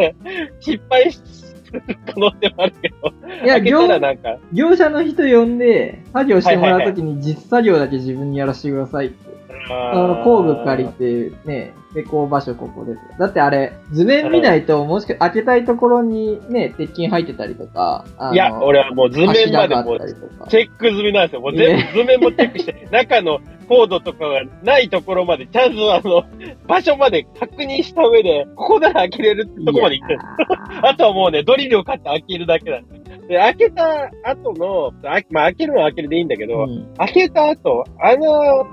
[SPEAKER 1] 失敗する可能性もあるけど、
[SPEAKER 2] いや、
[SPEAKER 1] 開け
[SPEAKER 2] 業
[SPEAKER 1] たらなんか、
[SPEAKER 2] 業者の人呼んで、作業してもらうときに実作業だけ自分にやらせてくださいって。あ
[SPEAKER 1] あ
[SPEAKER 2] の工具借りて、ね、施工場所ここです。だってあれ、図面見ないと、もしくは開けたいところにね、鉄筋入ってたりとか、あの
[SPEAKER 1] いや、、俺はもう図面まで
[SPEAKER 2] 柱があ
[SPEAKER 1] も
[SPEAKER 2] っ
[SPEAKER 1] う
[SPEAKER 2] たりとか。
[SPEAKER 1] チェック済みなんですよ。もう
[SPEAKER 2] い
[SPEAKER 1] 全部図面もチェック して、中のコードとかがないところまで、ちゃんとあの、場所まで確認した上で、ここなら開けれるってとこまで行ってる。あとはもうね、ドリルを買って開けるだけなんですよで、開けた後の、あまあ開けるのは開けるでいいんだけど、
[SPEAKER 2] うん
[SPEAKER 1] 開けた後、穴を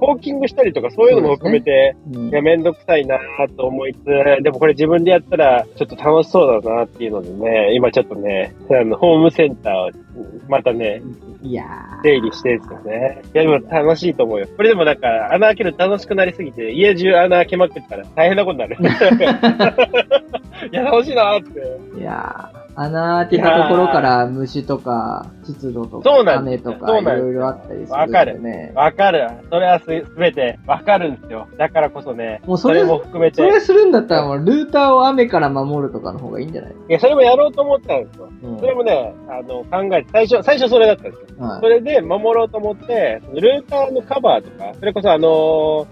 [SPEAKER 1] コーキングしたりとかそういうのも含めて、
[SPEAKER 2] うん
[SPEAKER 1] いや、めんどくさいなと思いつつ、でもこれ自分でやったらちょっと楽しそうだなっていうのでね、今ちょっとね、あの、ホームセンターをまたね、
[SPEAKER 2] いや
[SPEAKER 1] 出入りしてるんですよね。いや、でも楽しいと思うよ。これでもなんか、穴開けるの楽しくなりすぎて、家中穴開けまくってたら大変なことになる。いや、楽しいなって。
[SPEAKER 2] ーいやー穴開けたところから虫とか、湿度とか、
[SPEAKER 1] そうなんで
[SPEAKER 2] 雨
[SPEAKER 1] すよ
[SPEAKER 2] とか、
[SPEAKER 1] そ
[SPEAKER 2] いう
[SPEAKER 1] なんですよ
[SPEAKER 2] ろいろあったりするんでね。
[SPEAKER 1] わかるわかる。それはす、すべてわかるんですよ。だからこそね、
[SPEAKER 2] もうそ
[SPEAKER 1] そ
[SPEAKER 2] れ
[SPEAKER 1] れも含めて
[SPEAKER 2] そ。れするんだったらもうルーターを雨から守るとかの方がいいんじゃない、
[SPEAKER 1] いや、それもやろうと思ったんですよ。
[SPEAKER 2] うん
[SPEAKER 1] それもね、あの、考えて、最初、最初それだったんですよ。
[SPEAKER 2] はい
[SPEAKER 1] それで守ろうと思って、そのルーターのカバーとか、それこそあの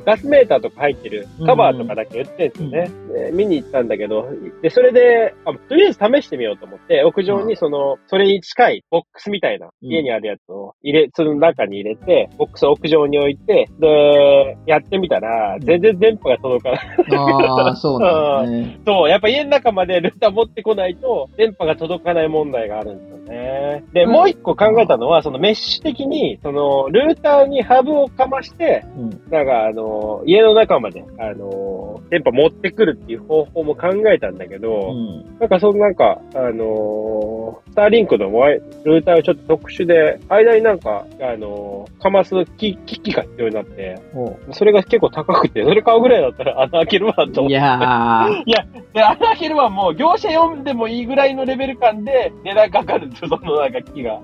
[SPEAKER 1] ーガスメーターとか入ってるカバーとかだけ売ってるんですよね。で見に行ったんだけど、で、それで、あとりあえず試してみようと思って、屋上
[SPEAKER 2] うん
[SPEAKER 1] にその、それに近いボックスみたいな、
[SPEAKER 2] うん
[SPEAKER 1] 家にあるやつを入れ、その中に入れて、ボックスを屋上に置いて、で、やってみたら、全然電波が届かない。
[SPEAKER 2] ああ、そうなんですね。
[SPEAKER 1] そう、やっぱ家の中までルーター持ってこないと、電波が届かない問題があるんですよね。で、
[SPEAKER 2] うん
[SPEAKER 1] もう一個考えたのは、そのメッシュ的に、その、ルーターにハブをかまして、
[SPEAKER 2] うん。
[SPEAKER 1] なんか、あの、家の中まで、あの、電波持ってくるっていう方法も考えたんだけ
[SPEAKER 2] う
[SPEAKER 1] ど、
[SPEAKER 2] ん。
[SPEAKER 1] なんかそのなんか、あのスターリンクのワイルーターがちょっと特殊で、間になんか、あのかます機機器が必要になって、
[SPEAKER 2] ほ
[SPEAKER 1] それが結構高くて、それ買うぐらいだったら穴開けるわと思って
[SPEAKER 2] ういやー、
[SPEAKER 1] で、穴開けるはもう業者読んでもいいぐらいのレベル感で値段かかるん ですよ、そのなんか木が。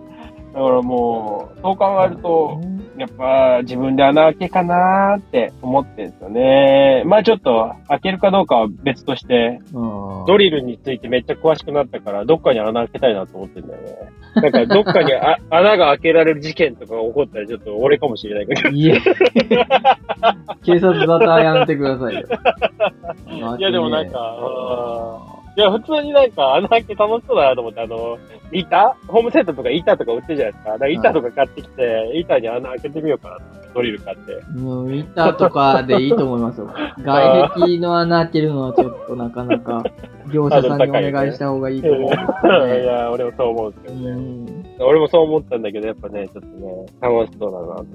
[SPEAKER 1] だからもう、そう考えると、やっぱ自分で穴開けかなーって思ってるんですよね。まあちょっと開けるかどうかは別として、
[SPEAKER 2] う ん、
[SPEAKER 1] ドリルについてめっちゃ詳しくなったから、どっかに穴開けたいなと思ってんだよね。なんかどっかにあ 穴が開けられる事件とか起こったらちょっと俺かもしれないけど。
[SPEAKER 2] いや、警察沙汰やめてくださいよ。
[SPEAKER 1] いやでもなんか、うんいや、普通になんか、穴開け楽しそうだなと思って、あの、板ホームセンターとか板とか売ってるじゃないですか。だから板とか買ってきて、板に穴開けてみようかなと思ってドリル買って。
[SPEAKER 2] うん、板とかでいいと思いま すよ。外壁の穴開けるのはちょっとなか なか、業者さんにお願いした方がいいと思うんですよ
[SPEAKER 1] い
[SPEAKER 2] ね。
[SPEAKER 1] や、俺もそう思うんですけ
[SPEAKER 2] う
[SPEAKER 1] どね。
[SPEAKER 2] ん
[SPEAKER 1] 俺もそう思ったんだけど、やっぱね、ちょっとね、楽しそうだなと思っ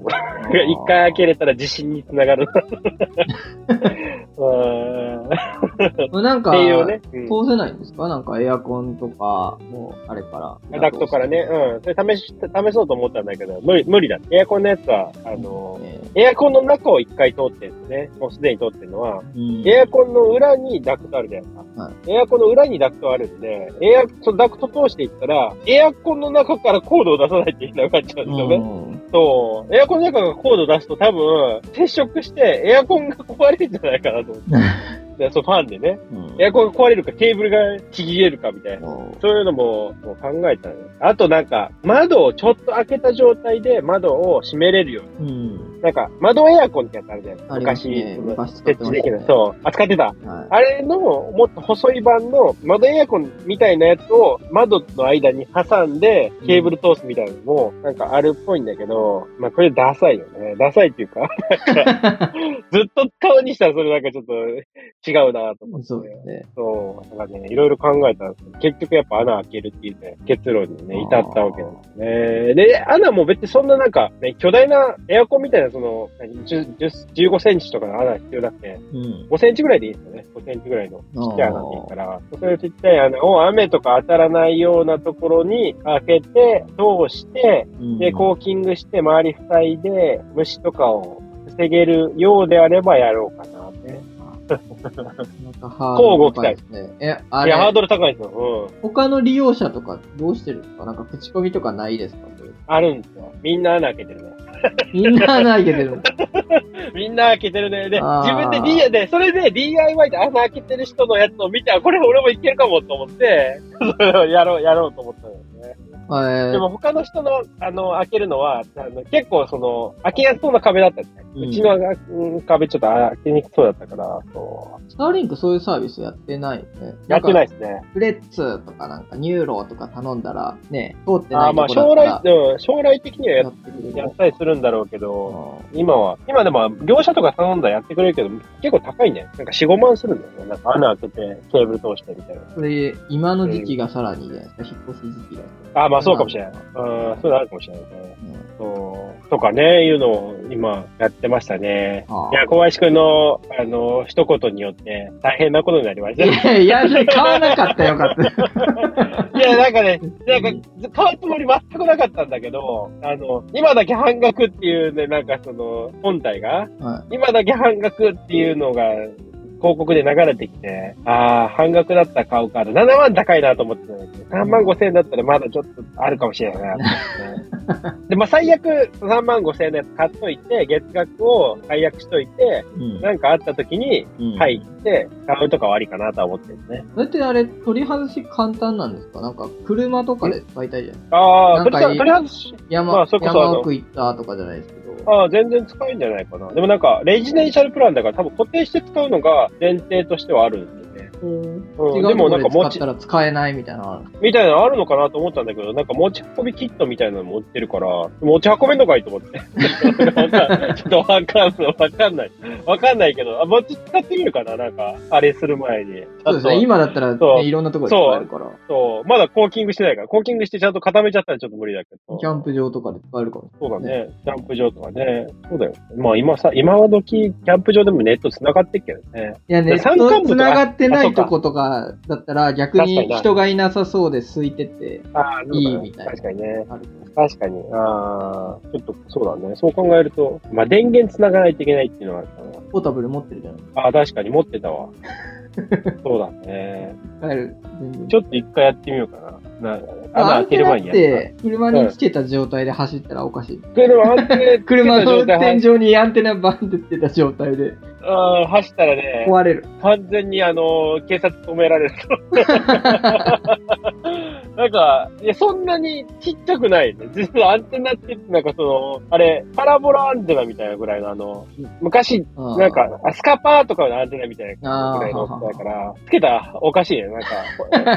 [SPEAKER 1] て。一回開けれたら自信につながるな。 うんっ
[SPEAKER 2] なんか、
[SPEAKER 1] ていうね。うん
[SPEAKER 2] 通せないんですかなんかエアコンとか、もう、あれから。
[SPEAKER 1] ダクトからね、。うん。それ試し、試そうと思ったんだけど、無理、無理だ。エアコンのやつは、あの、
[SPEAKER 2] え
[SPEAKER 1] エアコンの中を一回通ってるんですね。もうすでに通ってるのは、
[SPEAKER 2] えうん
[SPEAKER 1] エアコンの裏にダクトあるじゃないですか。
[SPEAKER 2] は
[SPEAKER 1] エアコンの裏にダクトあるんで、エア、そのダクト通していったら、エアコンの中からコードを出さないといけなくなっちゃうんですよね。
[SPEAKER 2] うん
[SPEAKER 1] そう。エアコンの中からコードを出すと多分、接触してエアコンが壊れるんじゃないかなと思って。でそう、ファンでね。
[SPEAKER 2] うん
[SPEAKER 1] エアコンが壊れるか、ケーブルがちぎれるかみたいな。
[SPEAKER 2] も
[SPEAKER 1] そういうのももう考えたね。あとなんか、窓をちょっと開けた状態で窓を閉めれるように
[SPEAKER 2] ううん
[SPEAKER 1] なんか、窓エアコンってやつあるじゃない
[SPEAKER 2] あります
[SPEAKER 1] 昔、
[SPEAKER 2] ね昔使って
[SPEAKER 1] 設
[SPEAKER 2] ました
[SPEAKER 1] 置で
[SPEAKER 2] ね
[SPEAKER 1] きない。そう。あ、使ってた。
[SPEAKER 2] はい。
[SPEAKER 1] あれの、もっと細い版の窓エアコンみたいなやつを窓の間に挟んでケーブル通すみたいなのも、なんかあるっぽいんだけど、まあこれダサいよね。ダサいっていうか、 ずっと使うにしたらそれなんかちょっと違うなと 思って。
[SPEAKER 2] そうですね。
[SPEAKER 1] そう。なんかね、いろいろ考えたんですけど、結局やっぱ穴開けるっていうね、結論にね、至ったわけなんですね。で、穴も別にそんななんか、ね、巨大なエアコンみたいな、その、何10 10 15センチとかの穴必要なくて、
[SPEAKER 2] うん。
[SPEAKER 1] 5センチぐらいでいいんですよね。5センチぐらいの
[SPEAKER 2] あー
[SPEAKER 1] ちっちゃい穴でいいから、そういうちっちゃい穴を雨とか当たらないようなところに開けて、通して、
[SPEAKER 2] うん
[SPEAKER 1] で、コーキングして周り塞いで、虫とかを防げるようであればやろうかなって。
[SPEAKER 2] なんかハードル高いですね。え、あ
[SPEAKER 1] いや、ハー
[SPEAKER 2] れ、
[SPEAKER 1] ドル高いですよ。うん。
[SPEAKER 2] 他の利用者とかどうしてるんですかなんか口コミとかないですかそういう
[SPEAKER 1] あるんですよ。みんな穴開けてるね。
[SPEAKER 2] みんな穴 開けてるんだ。
[SPEAKER 1] みんな開けてるね。で、
[SPEAKER 2] あー
[SPEAKER 1] 自分で D で、それで DIY で穴開けてる人のやつを見て、あ、これ俺もいけるかもと思って、 それをやろう、やろうと思ったんですね。
[SPEAKER 2] はい
[SPEAKER 1] でも他の人の、あの、開けるのは、あの結構その、開けやすそうな壁だったんですね。
[SPEAKER 2] う
[SPEAKER 1] うんちのがうん壁ちょっと開けにくそうだったから、そう。
[SPEAKER 2] スターリンクそういうサービスやってないよね。。
[SPEAKER 1] やってないいですね。
[SPEAKER 2] フレッツとかなんかニューローとか頼んだらね、通って
[SPEAKER 1] あ
[SPEAKER 2] な
[SPEAKER 1] あ
[SPEAKER 2] いと
[SPEAKER 1] まあ
[SPEAKER 2] ころ
[SPEAKER 1] 将
[SPEAKER 2] だ
[SPEAKER 1] 来
[SPEAKER 2] か、ら
[SPEAKER 1] うん、将来的にはや
[SPEAKER 2] や
[SPEAKER 1] っ
[SPEAKER 2] ってくれる。
[SPEAKER 1] やったりするんだろうけど、
[SPEAKER 2] あ
[SPEAKER 1] 今は、今でも業者とか頼んだらやってくれるけど、結構高いんだよ。なんか4、5万するんだよね。なんか穴開けてケーブル通してみたいな。
[SPEAKER 2] ーそれ、今の時期がさらにじゃないですか、引っ越し時期が。
[SPEAKER 1] ああまあそうかもしれない。うん、そういうのあるかもしれないね。そう。とかね、いうのを今やってましたね。
[SPEAKER 2] あ
[SPEAKER 1] いや、小林くんの、あの、一言によって大変なことになりました。
[SPEAKER 2] ーいや、いや、買わなかったらよかった。
[SPEAKER 1] いや、なんかね、なんか、買うつもり全くなかったんだけど、あの、今だけ半額っていうね、なんかその、本体が、
[SPEAKER 2] は
[SPEAKER 1] 今だけ半額っていうのが、広告で流れてきて、ああ、半額だったら買うから、7万高いなと思ってたんだけど、3万5千円だったらまだちょっとあるかもしれないなと 思って。で、まあ最悪3万5千円のやつ買っといて、月額を解約しといて、
[SPEAKER 2] うん
[SPEAKER 1] なんかあった時に、
[SPEAKER 2] うん
[SPEAKER 1] 入って、買うとかはありかなとは思ってるんですね。
[SPEAKER 2] それってあれ、取り外し簡単なんですかなんか、車とかで買いたいじゃん。
[SPEAKER 1] ああ、と
[SPEAKER 2] なんか
[SPEAKER 1] りあえず、とりあえず
[SPEAKER 2] 山、
[SPEAKER 1] まあそれこそあの
[SPEAKER 2] 山奥行ったとかじゃないですけど。
[SPEAKER 1] ああ、全然使えるんじゃないかな。でもなんか、レジデンシャルプランだから多分固定して使うのが前提としてはあるんでね。
[SPEAKER 2] 違
[SPEAKER 1] うん、
[SPEAKER 2] う
[SPEAKER 1] で
[SPEAKER 2] と
[SPEAKER 1] も
[SPEAKER 2] こ
[SPEAKER 1] なん
[SPEAKER 2] ろで
[SPEAKER 1] か
[SPEAKER 2] 使
[SPEAKER 1] 持
[SPEAKER 2] っ
[SPEAKER 1] ち
[SPEAKER 2] た、ら使えないみたいなのあるんです
[SPEAKER 1] みたいなのあるのかなと思ったんだけど、なんか持ち運びキットみたいなのも売ってるから、持ち運べんのかいと思って。なんかちょっとわかんない。わかんない。わかんないけど、あ、持ち使ってみるかななんか、あれする前に。
[SPEAKER 2] そうです
[SPEAKER 1] あ
[SPEAKER 2] ね。
[SPEAKER 1] と
[SPEAKER 2] 今だったら、
[SPEAKER 1] そう
[SPEAKER 2] ね、いろんなところで使えるから。
[SPEAKER 1] そう、まだコーキングしてないから、コーキングしてちゃんと固めちゃったらちょっと無理だけど。
[SPEAKER 2] キャンプ場とかで使えるかもし
[SPEAKER 1] そうだね。キャンプ場とかね。そうだよ。まあ今さ、今は時、キャンプ場でもネット繋がってっけどね。
[SPEAKER 2] れない。いや、ね、
[SPEAKER 1] 山間部とか
[SPEAKER 2] つながってな
[SPEAKER 1] あそ
[SPEAKER 2] いう
[SPEAKER 1] か
[SPEAKER 2] とことかだったら、逆に
[SPEAKER 1] 確かに
[SPEAKER 2] 人がいなさそうで空いてて、
[SPEAKER 1] ああ、
[SPEAKER 2] いいみたいな。
[SPEAKER 1] 確かにね。
[SPEAKER 2] あると思う
[SPEAKER 1] 確かに。ああ、ちょっとそうだね。そう考えると、まあ電源繋がないといけないっていうのがあるか
[SPEAKER 2] ポータブル持ってるじゃないですか。
[SPEAKER 1] な。ああ、確かに持ってた わ。そうだね。
[SPEAKER 2] 使える。全然
[SPEAKER 1] ちょっと一回やってみようかな。な穴
[SPEAKER 2] ア
[SPEAKER 1] 開
[SPEAKER 2] ン
[SPEAKER 1] け
[SPEAKER 2] テ
[SPEAKER 1] る
[SPEAKER 2] ナ
[SPEAKER 1] 前
[SPEAKER 2] っ
[SPEAKER 1] にやる。
[SPEAKER 2] て、車につけた状態で走ったらおかしい。
[SPEAKER 1] 車安定
[SPEAKER 2] 車の天
[SPEAKER 1] 走
[SPEAKER 2] 井にアンテナバンってつけた状態で
[SPEAKER 1] あー走ったらね、
[SPEAKER 2] 壊れる。
[SPEAKER 1] 完全にあの、警察止められる。 なんか、いや、そんなにちっちゃくないね。実はアンテナって言って、なんかその、あれ、パラボラアンテナみたいなぐらいの、あの、昔、
[SPEAKER 2] あー
[SPEAKER 1] なんか、あスカパーとかのアンテナみたいな
[SPEAKER 2] あー
[SPEAKER 1] ぐらいの大きさだから、つけたらおかしいね。なん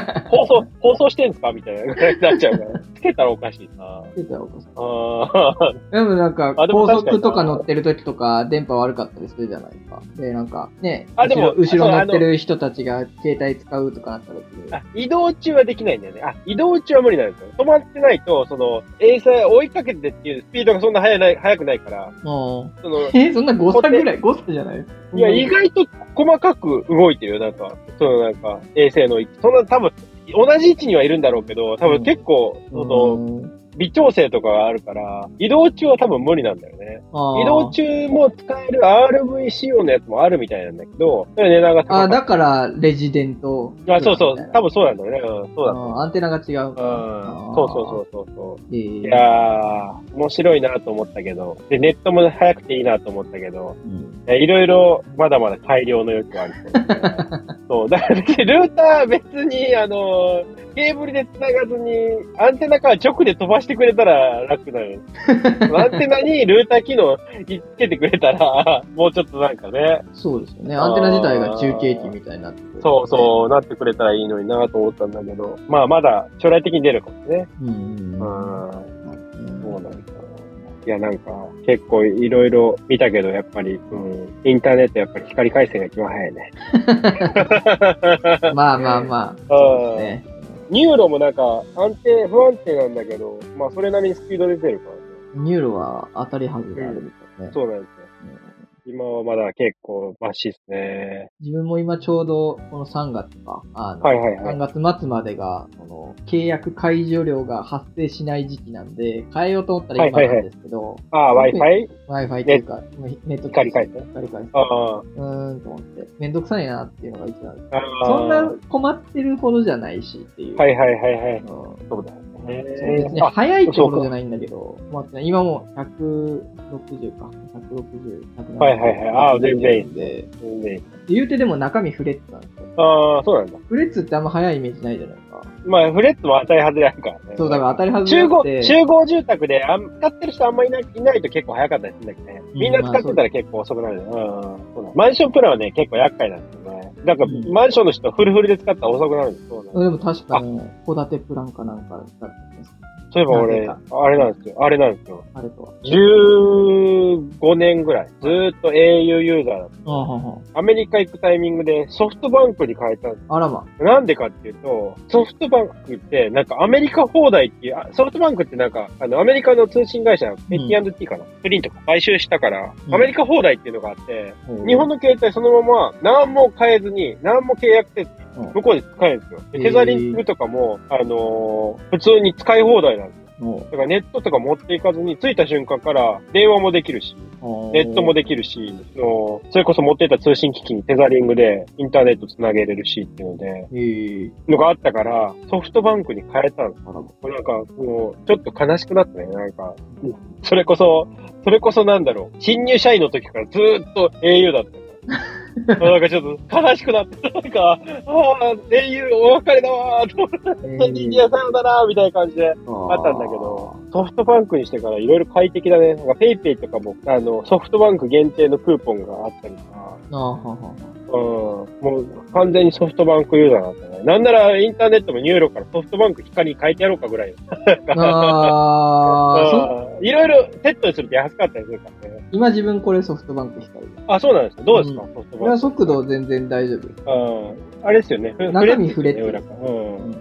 [SPEAKER 1] か、放送、放送してんすかみたいなぐらいになっちゃうから。つけたらおかしいな。
[SPEAKER 2] つけたらおかしい
[SPEAKER 1] あー
[SPEAKER 2] でもなんか、
[SPEAKER 1] あでも
[SPEAKER 2] 高
[SPEAKER 1] 確かに
[SPEAKER 2] 速とか乗ってる時とか、電波悪かったりするじゃないですか。で、なんか、ね、
[SPEAKER 1] あでも
[SPEAKER 2] 後ろ
[SPEAKER 1] あそう
[SPEAKER 2] 後ろ乗ってる人たちが携帯使うとかなった時に、
[SPEAKER 1] あ移動中はできないんだよね。あ、移動中は無理なんですよ。止まってないと、その、衛星追いかけてっていうスピードがそんな速ない、速くないから、
[SPEAKER 2] も
[SPEAKER 1] その
[SPEAKER 2] う、 え、そんな誤差ぐらい、誤差じゃない
[SPEAKER 1] いや、意外と細かく動いてるよ、なんか。そのなんか、衛星の位置。そんな、多分、同じ位置にはいるんだろうけど、多
[SPEAKER 2] うん
[SPEAKER 1] 分結構、その、微調整とかがあるから、移動中は多分無理なんだよね。移動
[SPEAKER 2] 中
[SPEAKER 1] 中も使える RV 仕様のやつもあるみたいなんだけど、それ値段が高か
[SPEAKER 2] あ、
[SPEAKER 1] った
[SPEAKER 2] だから、レジデント。
[SPEAKER 1] あ、そうそ、
[SPEAKER 2] みたいうな
[SPEAKER 1] 多分そうなんだよね。うん、そうだと思う。
[SPEAKER 2] うんアンテナが違う。
[SPEAKER 1] うん
[SPEAKER 2] ー
[SPEAKER 1] そうそうそうそうそう。
[SPEAKER 2] えー
[SPEAKER 1] いやー、面白いなと思ったけど、で、ネットも早くていいなと思ったけど、
[SPEAKER 2] うん
[SPEAKER 1] いやいろいろ、まだま だ大量の余地はあるそうですね。そう、だから別にルーター別に、あの、ケーブルで繋がずに、アンテナから直で飛ばしてくれたら楽だ よ。アンテナにルーター機能つけてくれたら、もうちょっとなんかね。
[SPEAKER 2] そうですよね。アンテナ自体が中継機みたいになってくる、
[SPEAKER 1] そうそう、なってくれたらいいのになと思ったんだけど、まあまだ将来的に出るかもね。
[SPEAKER 2] う。うん
[SPEAKER 1] う
[SPEAKER 2] うん。
[SPEAKER 1] ん。そうなんだ。いや、なんか、結構いろいろ見たけど、やっぱり、うん、インターネットやっぱり光回線が一番早いね。
[SPEAKER 2] まあまあまあ。そうですね。
[SPEAKER 1] ニューロもなんか、安定、不安定なんだけど、まあ、それなりにスピード出てるからね。
[SPEAKER 2] ニューロは当たり外れあるみたいね。
[SPEAKER 1] そうなんですよ。
[SPEAKER 2] うん
[SPEAKER 1] 今はまだ結構マシですね。
[SPEAKER 2] 自分も今ちょうどこの3月か、あの、
[SPEAKER 1] はいはいはい。
[SPEAKER 2] 3月末までが、その、契約解除料が発生しない時期なんで、変えようと思ったら今
[SPEAKER 1] はい
[SPEAKER 2] な
[SPEAKER 1] はいはい
[SPEAKER 2] んですけど、
[SPEAKER 1] ああ、Wi-Fi?
[SPEAKER 2] Wi-Fi というか、ネット
[SPEAKER 1] 光回線
[SPEAKER 2] 光回線
[SPEAKER 1] ああ、
[SPEAKER 2] うーんと思って、めんどくさいなっていうのが一番ある。
[SPEAKER 1] ああ。
[SPEAKER 2] そん
[SPEAKER 1] は
[SPEAKER 2] な困ってるほどじゃないしっていう。
[SPEAKER 1] いはいはいはい。
[SPEAKER 2] うんそう
[SPEAKER 1] そうだよね
[SPEAKER 2] ですね。
[SPEAKER 1] あ
[SPEAKER 2] 早いってほどじゃないんだけど、困ってない今も160か。160、170。
[SPEAKER 1] はいはいはいああ全然いい
[SPEAKER 2] で。
[SPEAKER 1] 全然いい
[SPEAKER 2] 言うてでも中身フレッツなんですよ。
[SPEAKER 1] ああ、そうなんだ。
[SPEAKER 2] フレッツってあんま早いイメージないじゃないですか。
[SPEAKER 1] まあ、フレッツも当たり外れあるからね。
[SPEAKER 2] そう、だから当たり外れ
[SPEAKER 1] 集
[SPEAKER 2] なく
[SPEAKER 1] 合、
[SPEAKER 2] て。
[SPEAKER 1] 集合住宅であん使ってる人あんまいないいないと結構早かったりするんだけどね。
[SPEAKER 2] うん
[SPEAKER 1] みんな使ってたら結構遅くなるよ。うん、そうだ。マンションプランはね、結構厄介なんですよね。なんか、
[SPEAKER 2] うん
[SPEAKER 1] マンションの人フルフルで使ったら遅くなるんですよ。そうなん
[SPEAKER 2] うんでも確かに、戸建てプランかなんかだったんです
[SPEAKER 1] そういえば俺、
[SPEAKER 2] なぜ
[SPEAKER 1] あれなんですよ。あれなんですよ。
[SPEAKER 2] あれとは。
[SPEAKER 1] 15年ぐらい、ずーっと au ユーザーだっ
[SPEAKER 2] あはは
[SPEAKER 1] た。アメリカ行くタイミングでソフトバンクに変えたんで
[SPEAKER 2] あらま。
[SPEAKER 1] す。なんでかっていうと、ソフトバンクって、なんかアメリカ放題っていう、あソフトバンクってなんか、あの、アメリカの通信会社、AT&T かな、プリンとか買収したから、
[SPEAKER 2] うん
[SPEAKER 1] アメリカ放題っていうのがあって、日本の携帯そのまま何も変えずに、何も契約せず
[SPEAKER 2] うん、
[SPEAKER 1] 向こうで使えるんですよ。でテザリングとかも、あのー普通に使い放題なんですよ。
[SPEAKER 2] も
[SPEAKER 1] だからネットとか持っていかずに、着いた瞬間から電話もできるし、
[SPEAKER 2] う
[SPEAKER 1] ネットも
[SPEAKER 2] で
[SPEAKER 1] できるし、そのそれこそ持っていた通信機器にテザリングでインターネットつなげれるしっていうので、
[SPEAKER 2] ええ
[SPEAKER 1] のがあったから、ソフトバンクに変えたの。
[SPEAKER 2] あらま。
[SPEAKER 1] なんか、もう、ちょっと悲しくなったね。なんか、それこそ、それこそなんだろう。新入社員の時からずーっと au だったから。なんかちょっと悲しくなって、なんか、ああ、au お別れだわーと思って、
[SPEAKER 2] え
[SPEAKER 1] 人間さよならみたいな感じで、
[SPEAKER 2] あ
[SPEAKER 1] あったんだけど、ソフトバンクにしてからいろいろ快適だね。なんかペイペイとかも、あの、ソフトバンク限定のクーポンがあったりとか、
[SPEAKER 2] あははは。
[SPEAKER 1] うん、もう完全にソフトバンクユーザーだったね。なんならインターネットもニューロからソフトバンク光に変えてやろうかぐらい。
[SPEAKER 2] ああ、そ
[SPEAKER 1] うんいろいろセットにすると安かったりするからね。
[SPEAKER 2] 今自分これソフトバンク光る。
[SPEAKER 1] あ、そうなんですか。どうですか、
[SPEAKER 2] う
[SPEAKER 1] ソフト
[SPEAKER 2] これ
[SPEAKER 1] バ
[SPEAKER 2] は
[SPEAKER 1] ンク。
[SPEAKER 2] 速度全然大丈夫。
[SPEAKER 1] うん。あれですよね。フ
[SPEAKER 2] 中身フレッ
[SPEAKER 1] ツですよね
[SPEAKER 2] ツ
[SPEAKER 1] 裏からう
[SPEAKER 2] う
[SPEAKER 1] ん。
[SPEAKER 2] ん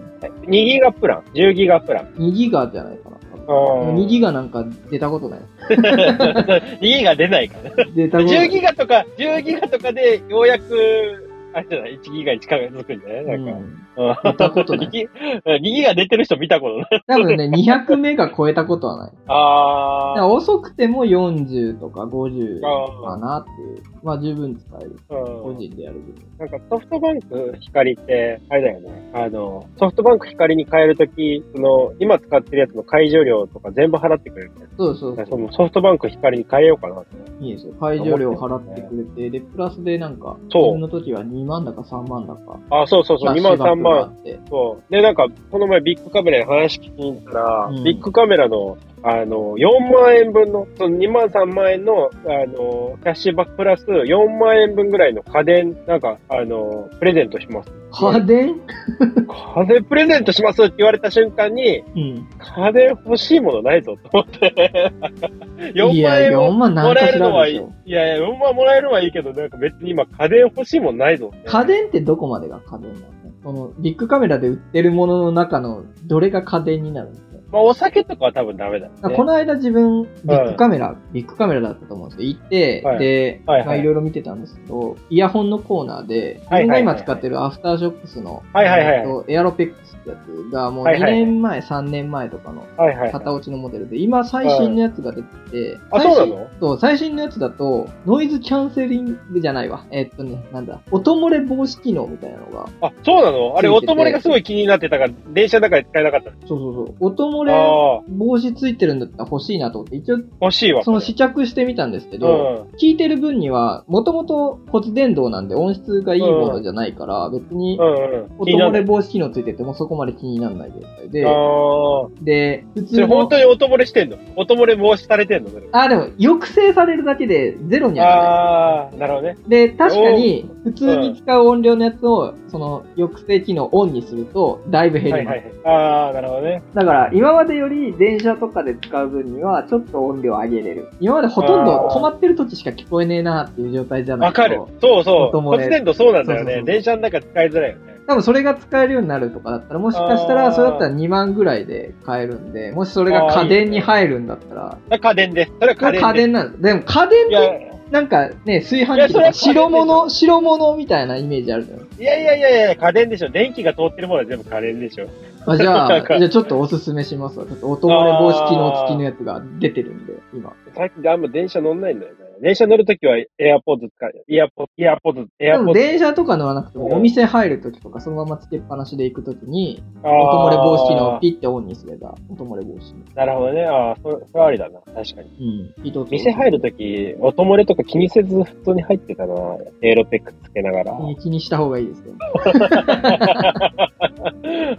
[SPEAKER 1] 2ギガプラン。10ギガプラン。
[SPEAKER 2] 2ギガじゃないかな。
[SPEAKER 1] うん。
[SPEAKER 2] 2ギガなんか出たことない。
[SPEAKER 1] 2ギガ出ないから。
[SPEAKER 2] 出たことな
[SPEAKER 1] 10
[SPEAKER 2] い。
[SPEAKER 1] ギガとか、10ギガとかで、ようやく、あれじゃない、1ギガに近づくんじゃないなんか。
[SPEAKER 2] うん見たこと ない
[SPEAKER 1] 2ギ2ギガ出てる人見たことない。
[SPEAKER 2] 多分ね、200メガ超えたことは ない。だか
[SPEAKER 1] あ
[SPEAKER 2] ら遅くても40とか50
[SPEAKER 1] あ
[SPEAKER 2] かなっていう。まあ十分使える。個
[SPEAKER 1] ー。
[SPEAKER 2] 人でやる分。
[SPEAKER 1] なんかソフトバンク光って、あれだよね。あの、ソフトバンク光に変えるとき、その、今使ってるやつの解除料とか全部払ってくれるね。
[SPEAKER 2] そうそう
[SPEAKER 1] そ
[SPEAKER 2] そ
[SPEAKER 1] のソフトバンク光に変えようかなって。
[SPEAKER 2] う。いいですよ。会場料払ってくれて、で、プラスでなんか、
[SPEAKER 1] そう
[SPEAKER 2] 自分の時は2万だか3万だか。
[SPEAKER 1] あ、そうそうそう、2
[SPEAKER 2] キャ
[SPEAKER 1] 万
[SPEAKER 2] ッシュバ
[SPEAKER 1] 3
[SPEAKER 2] ックがあ
[SPEAKER 1] 万。
[SPEAKER 2] って。
[SPEAKER 1] そう。で、なんか、この前ビッグカメラに話聞きに行ったら、
[SPEAKER 2] うん
[SPEAKER 1] ビッグカメラの、あの、4万円分の、その2万3万円の、あの、キャッシュバックプラス4万円分ぐらいの家電、なんか、あの、プレゼントします。
[SPEAKER 2] 家電
[SPEAKER 1] 家電プレゼントしますって言われた瞬間に、
[SPEAKER 2] うん。
[SPEAKER 1] 家電欲しいものないぞと思って。
[SPEAKER 2] い
[SPEAKER 1] 4
[SPEAKER 2] や
[SPEAKER 1] 万円も
[SPEAKER 2] 4万な
[SPEAKER 1] も
[SPEAKER 2] んから
[SPEAKER 1] え
[SPEAKER 2] し
[SPEAKER 1] る
[SPEAKER 2] ら
[SPEAKER 1] のは
[SPEAKER 2] で
[SPEAKER 1] い
[SPEAKER 2] し
[SPEAKER 1] い
[SPEAKER 2] ょ。。
[SPEAKER 1] いやいや、4万もらえるのはいいけど、なんか別に今家電欲しいものないぞって。
[SPEAKER 2] 家電ってどこまでが家電なのこのビッグカメラで売ってるものの中のどれが家電になるんですか
[SPEAKER 1] まあお酒とかは多分ダメだよね。
[SPEAKER 2] この間自分、ビッグカメラ、ビッグカメラだったと思うんですけど、行って、
[SPEAKER 1] はい
[SPEAKER 2] で、
[SPEAKER 1] はいはい
[SPEAKER 2] まあいろいろ見てたんですけど、イヤホンのコーナーで、自
[SPEAKER 1] はいはい
[SPEAKER 2] 分が
[SPEAKER 1] はい
[SPEAKER 2] 今使ってるアフターショックスの、
[SPEAKER 1] はいはいはい
[SPEAKER 2] えっとエアロペックスってやつが、もう
[SPEAKER 1] はい
[SPEAKER 2] 2
[SPEAKER 1] はいはい
[SPEAKER 2] 年前、3年前とかの
[SPEAKER 1] はいはい。
[SPEAKER 2] 型落ちのモデルで、今最新のやつが出てて、
[SPEAKER 1] あ、
[SPEAKER 2] 最新
[SPEAKER 1] そうなの
[SPEAKER 2] そう最新のやつだと、ノイズキャンセリングじゃないわ。えっとね、なんだ、音漏れ防止機能みたいなのが
[SPEAKER 1] あ、そうなのあれ、
[SPEAKER 2] ついてて
[SPEAKER 1] 音漏れがすごい気になってたから、電車の中で使えなかった。
[SPEAKER 2] そうそうそう。音漏れ、
[SPEAKER 1] ああ、
[SPEAKER 2] 帽子ついてるんだったら欲しいなと思って、一応、
[SPEAKER 1] 欲しいわ。
[SPEAKER 2] その
[SPEAKER 1] こ
[SPEAKER 2] 試着してみたんですけ
[SPEAKER 1] れ
[SPEAKER 2] ど、聞いてる分には、もともと骨伝導なんで音質がいいものじゃないから、別に
[SPEAKER 1] うん。うんうん。
[SPEAKER 2] 音漏
[SPEAKER 1] な
[SPEAKER 2] れ
[SPEAKER 1] る。
[SPEAKER 2] 防止機能ついててもそこまで気にならない状態で
[SPEAKER 1] あ、あ。
[SPEAKER 2] で、普
[SPEAKER 1] それ
[SPEAKER 2] 通
[SPEAKER 1] 本
[SPEAKER 2] の
[SPEAKER 1] 当、に音漏れしてんの音漏れ防止されてんのそれ
[SPEAKER 2] あ、でも、抑制されるだけでゼロにはならない。
[SPEAKER 1] ああ、なるほどね。
[SPEAKER 2] で、確かに、普通に使う音量のやつを、その、抑制機能オンにすると、だいぶ減りま
[SPEAKER 1] は
[SPEAKER 2] す。
[SPEAKER 1] いはいはい。ああ、なるほどね。
[SPEAKER 2] だから、今までより電車とかで使う分には、ちょっと音量上げれる。今までほとんど止まってる時しか聞こえねえなっていう状態じゃない
[SPEAKER 1] わ
[SPEAKER 2] と
[SPEAKER 1] かる。そうそう。
[SPEAKER 2] 音漏れ
[SPEAKER 1] 骨伝導そうなんだよ
[SPEAKER 2] そうそうそ
[SPEAKER 1] ね。
[SPEAKER 2] う
[SPEAKER 1] 電車の中使いづらいよね。
[SPEAKER 2] 多分それが使えるようになるとかだったら、もしかした
[SPEAKER 1] あ
[SPEAKER 2] ら、
[SPEAKER 1] ー
[SPEAKER 2] それだったら2万ぐらいで買えるんで、もしそれが家電に入るんだったら、
[SPEAKER 1] あ家電で。それは
[SPEAKER 2] こ
[SPEAKER 1] 家
[SPEAKER 2] れ
[SPEAKER 1] 電
[SPEAKER 2] 家
[SPEAKER 1] で。
[SPEAKER 2] 電なんです。でも家電
[SPEAKER 1] いや
[SPEAKER 2] の、なんかね、炊
[SPEAKER 1] い
[SPEAKER 2] 飯
[SPEAKER 1] や
[SPEAKER 2] 器
[SPEAKER 1] そ
[SPEAKER 2] と
[SPEAKER 1] れは
[SPEAKER 2] か
[SPEAKER 1] 家電
[SPEAKER 2] 白物、
[SPEAKER 1] で
[SPEAKER 2] 白物みたいなイメージあるじゃない
[SPEAKER 1] いやいやいやいや、家電でしょ。電気が通ってるものは全部家電でしょ。
[SPEAKER 2] あ じゃ
[SPEAKER 1] な
[SPEAKER 2] あ、
[SPEAKER 1] ん
[SPEAKER 2] じ
[SPEAKER 1] か
[SPEAKER 2] ゃあちょっとおすすめしますわ。ちょっと音漏れ防止機能付きのやつが出てるんで、今。
[SPEAKER 1] 最近あんま電車乗んないんだよね。電車乗るときはエアポーズ使う。イヤポ、イヤポーズ、エ
[SPEAKER 2] で
[SPEAKER 1] アポー
[SPEAKER 2] も
[SPEAKER 1] ズ。
[SPEAKER 2] 電車とか乗らなくて
[SPEAKER 1] うん
[SPEAKER 2] も、お店入るときとか、そのままつけっぱなしで行くときに、
[SPEAKER 1] あー、
[SPEAKER 2] 音漏れ防止機能をピッてオンにすれば、音漏れ防止。
[SPEAKER 1] なるほどね。ああ、それ、それありだな。確かに。
[SPEAKER 2] うん。ピッと
[SPEAKER 1] 店入るとき、音漏れとか気にせず普通に入ってたな。エーロペックつけながら。
[SPEAKER 2] えー気にした方がいいですね。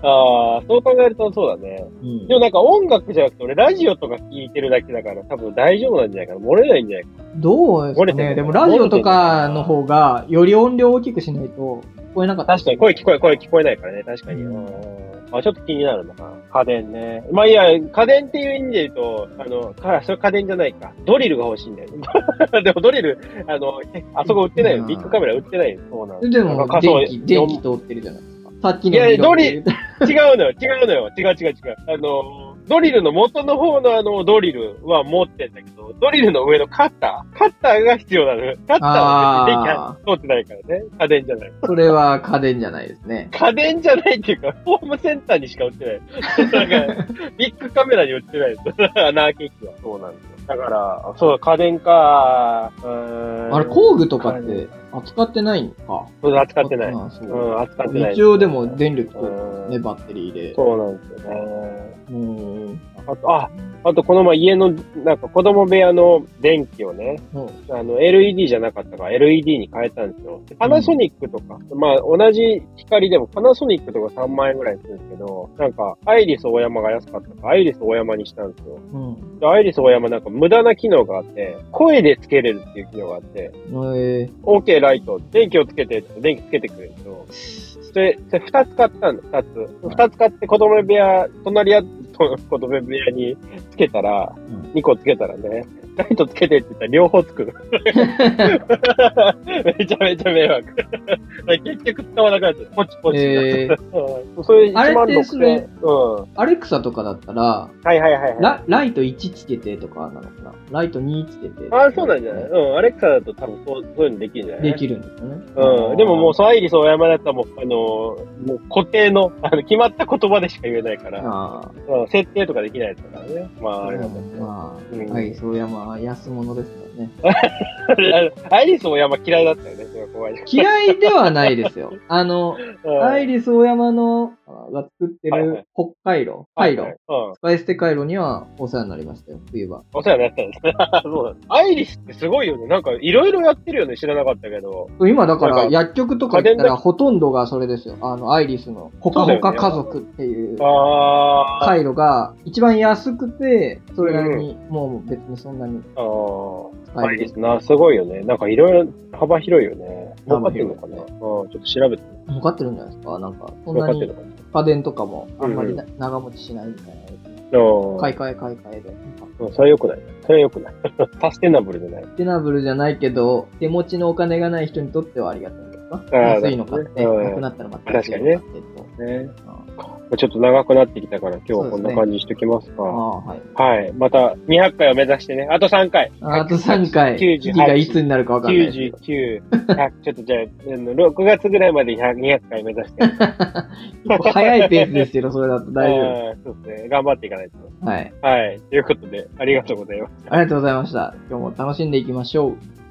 [SPEAKER 1] ああ、そう考えるとそうだね。
[SPEAKER 2] うん
[SPEAKER 1] で。もなんか音楽じゃなくて、俺ラジオとか聞いてるだけだから多分大丈夫なんじゃないかな。漏れないんじゃないか
[SPEAKER 2] どうです
[SPEAKER 1] 漏れ
[SPEAKER 2] か
[SPEAKER 1] てる
[SPEAKER 2] ねでもラジオとかの方が、より音量大きくしないと、聞こえなかった。
[SPEAKER 1] な。確かに声聞こえ、声聞こえないからね。確かに。
[SPEAKER 2] う
[SPEAKER 1] うんあ、ちょっと気になるな。家電ね。まあいや、家電っていう意味で言うと、あの、か、それ家電じゃないか。ドリルが欲しいんだよね。 でもドリル、あの、あそこ売ってないよ。ビッグカメラ売ってないよ。そうなの。
[SPEAKER 2] で
[SPEAKER 1] なん
[SPEAKER 2] も
[SPEAKER 1] か、そう
[SPEAKER 2] 電気、電気通ってるじゃないですか。さっきの
[SPEAKER 1] いや
[SPEAKER 2] 理論で言うと
[SPEAKER 1] 違うのよ、違うのよ、違う違う違う。あの、ドリルの元の方のあの、ドリルは持ってんだけど、ドリルの上のカッターカッターが必要なのよ。カッターは別に電気
[SPEAKER 2] あ
[SPEAKER 1] 通ってないからね。家電じゃない。
[SPEAKER 2] ー、それは家電じゃないですね。
[SPEAKER 1] 家電じゃないっていうか、ホームセンターにしか売ってない。なんか、ビッグカメラに売ってないです。アナーケーキは。 そうなんですよ。だから、そう、家電か。うーん
[SPEAKER 2] あれ、工具とかって扱ってないんか。
[SPEAKER 1] そう扱ってない。
[SPEAKER 2] あそう
[SPEAKER 1] うん、扱ってない。
[SPEAKER 2] 一応でも電力と
[SPEAKER 1] うん
[SPEAKER 2] ね、バッテリーで。
[SPEAKER 1] そうなんですよね。
[SPEAKER 2] うん。
[SPEAKER 1] あと、あ、あとこの前家の、なんか子供部屋の電気をね、あの、LED じゃなかったから LED に変えたんですよ。でパナソニックとか、まあ同じ光でもパナソニックとか3万円ぐらいするんですけど、なんか、アイリス大山が安かったから、アイリス大山にしたんですよ。
[SPEAKER 2] うん。
[SPEAKER 1] でアイリス大山なんか無駄な機能があって、声でつけれるっていう機能があって、
[SPEAKER 2] え
[SPEAKER 1] OK ライト、電気をつけて、電気つけてくれるんですよ。それ、それ二つ買ったんです、二つ。二つ買って子供部屋、隣や、と 子供部屋につけたら
[SPEAKER 2] ん、
[SPEAKER 1] 二個つけたらね、ライトつけてって言ったら両方つ くの。めちゃめちゃ迷惑。結局使わなくなっちゃう。ポチポ
[SPEAKER 2] ー、
[SPEAKER 1] チ。
[SPEAKER 2] えー、
[SPEAKER 1] うん それ1万
[SPEAKER 2] あれってそれ
[SPEAKER 1] 6000。うん。は
[SPEAKER 2] アレクサとかだったら、
[SPEAKER 1] いはいはいはい。
[SPEAKER 2] ラライト1つけてとかなのかなライト2つけて。
[SPEAKER 1] ああ、そうなんじゃないうん。アレクサだと多分そうそういうのできるんじゃない
[SPEAKER 2] できるんですよね。
[SPEAKER 1] うん。でももう、
[SPEAKER 2] そ
[SPEAKER 1] ソアイリス大山だったらもう、あのーもう固定の、 あの、決まった言葉でしか言えないから、
[SPEAKER 2] あー
[SPEAKER 1] うん、設定とかできないですからね。まあ、あれだもんね。
[SPEAKER 2] まあ、
[SPEAKER 1] うん
[SPEAKER 2] はい、そういやまあ、安物ですからね。
[SPEAKER 1] アイリス大山嫌いだったよね、それは怖い。
[SPEAKER 2] 嫌いではないで すよ。あの、
[SPEAKER 1] うん
[SPEAKER 2] アイリス大山の、あが作って
[SPEAKER 1] はいは
[SPEAKER 2] る
[SPEAKER 1] い
[SPEAKER 2] 北海道、
[SPEAKER 1] は
[SPEAKER 2] カイ
[SPEAKER 1] い
[SPEAKER 2] ロ、
[SPEAKER 1] はいうん。
[SPEAKER 2] スパイステカイロにはお世話になりましたよ、冬場。
[SPEAKER 1] お世話になったんですね。 そうなんですアイリスってすごいよね。なんか、いろいろやってるよね、知らなかったけど。
[SPEAKER 2] 今だか
[SPEAKER 1] な
[SPEAKER 2] ら
[SPEAKER 1] んか
[SPEAKER 2] 薬局とか行った
[SPEAKER 1] 家電
[SPEAKER 2] らほとんどがそれですよ。あの、アイリスのほかほか家族っていう
[SPEAKER 1] あー。
[SPEAKER 2] 回路が一番安くて、それなりにもう別にそんなに
[SPEAKER 1] あー
[SPEAKER 2] 使
[SPEAKER 1] ア
[SPEAKER 2] え
[SPEAKER 1] イリ
[SPEAKER 2] る
[SPEAKER 1] ス。な、すごいよね。なんか、いろいろ幅広いよね。儲か
[SPEAKER 2] 幅
[SPEAKER 1] ってるの
[SPEAKER 2] 広
[SPEAKER 1] か
[SPEAKER 2] い
[SPEAKER 1] なうん、ちょっと調べて。
[SPEAKER 2] 儲かってるんじゃないですかなんか、そん
[SPEAKER 1] 儲
[SPEAKER 2] な
[SPEAKER 1] かってる
[SPEAKER 2] に
[SPEAKER 1] のかな
[SPEAKER 2] 家電とかもあんまりな長持ちしないみたいな。
[SPEAKER 1] うん
[SPEAKER 2] 買い替え買い替えで。
[SPEAKER 1] うん、それは良くない。それは良くない。 サステナブルじゃない。
[SPEAKER 2] テナブルじゃないけど、手持ちのお金がない人にとってはありがたいですか
[SPEAKER 1] あー
[SPEAKER 2] 安いの買っ
[SPEAKER 1] な
[SPEAKER 2] て、
[SPEAKER 1] るほどね
[SPEAKER 2] なくなったらまた
[SPEAKER 1] 確かにね
[SPEAKER 2] 安いの買ってと
[SPEAKER 1] ね。
[SPEAKER 2] うん
[SPEAKER 1] ちょっと長くなってきたから、今日はこんな感じにしときますか。
[SPEAKER 2] ああ、はい。
[SPEAKER 1] はい。また200回を目指してね。あと3回。
[SPEAKER 2] あと3回、
[SPEAKER 1] 98
[SPEAKER 2] 時期がいつになるかわかんないですけ
[SPEAKER 1] 99、
[SPEAKER 2] ど。
[SPEAKER 1] 100ちょっとじゃあ、あの6月ぐらいまで100 200回目指して。
[SPEAKER 2] 結構早いペースですけど、それだと 大丈
[SPEAKER 1] 夫。そうですね。頑張っていかないと。
[SPEAKER 2] 夫。はい。
[SPEAKER 1] はい。ということで、ありがとうございます。
[SPEAKER 2] ありがとうございました。今日も楽しんでいきましょう。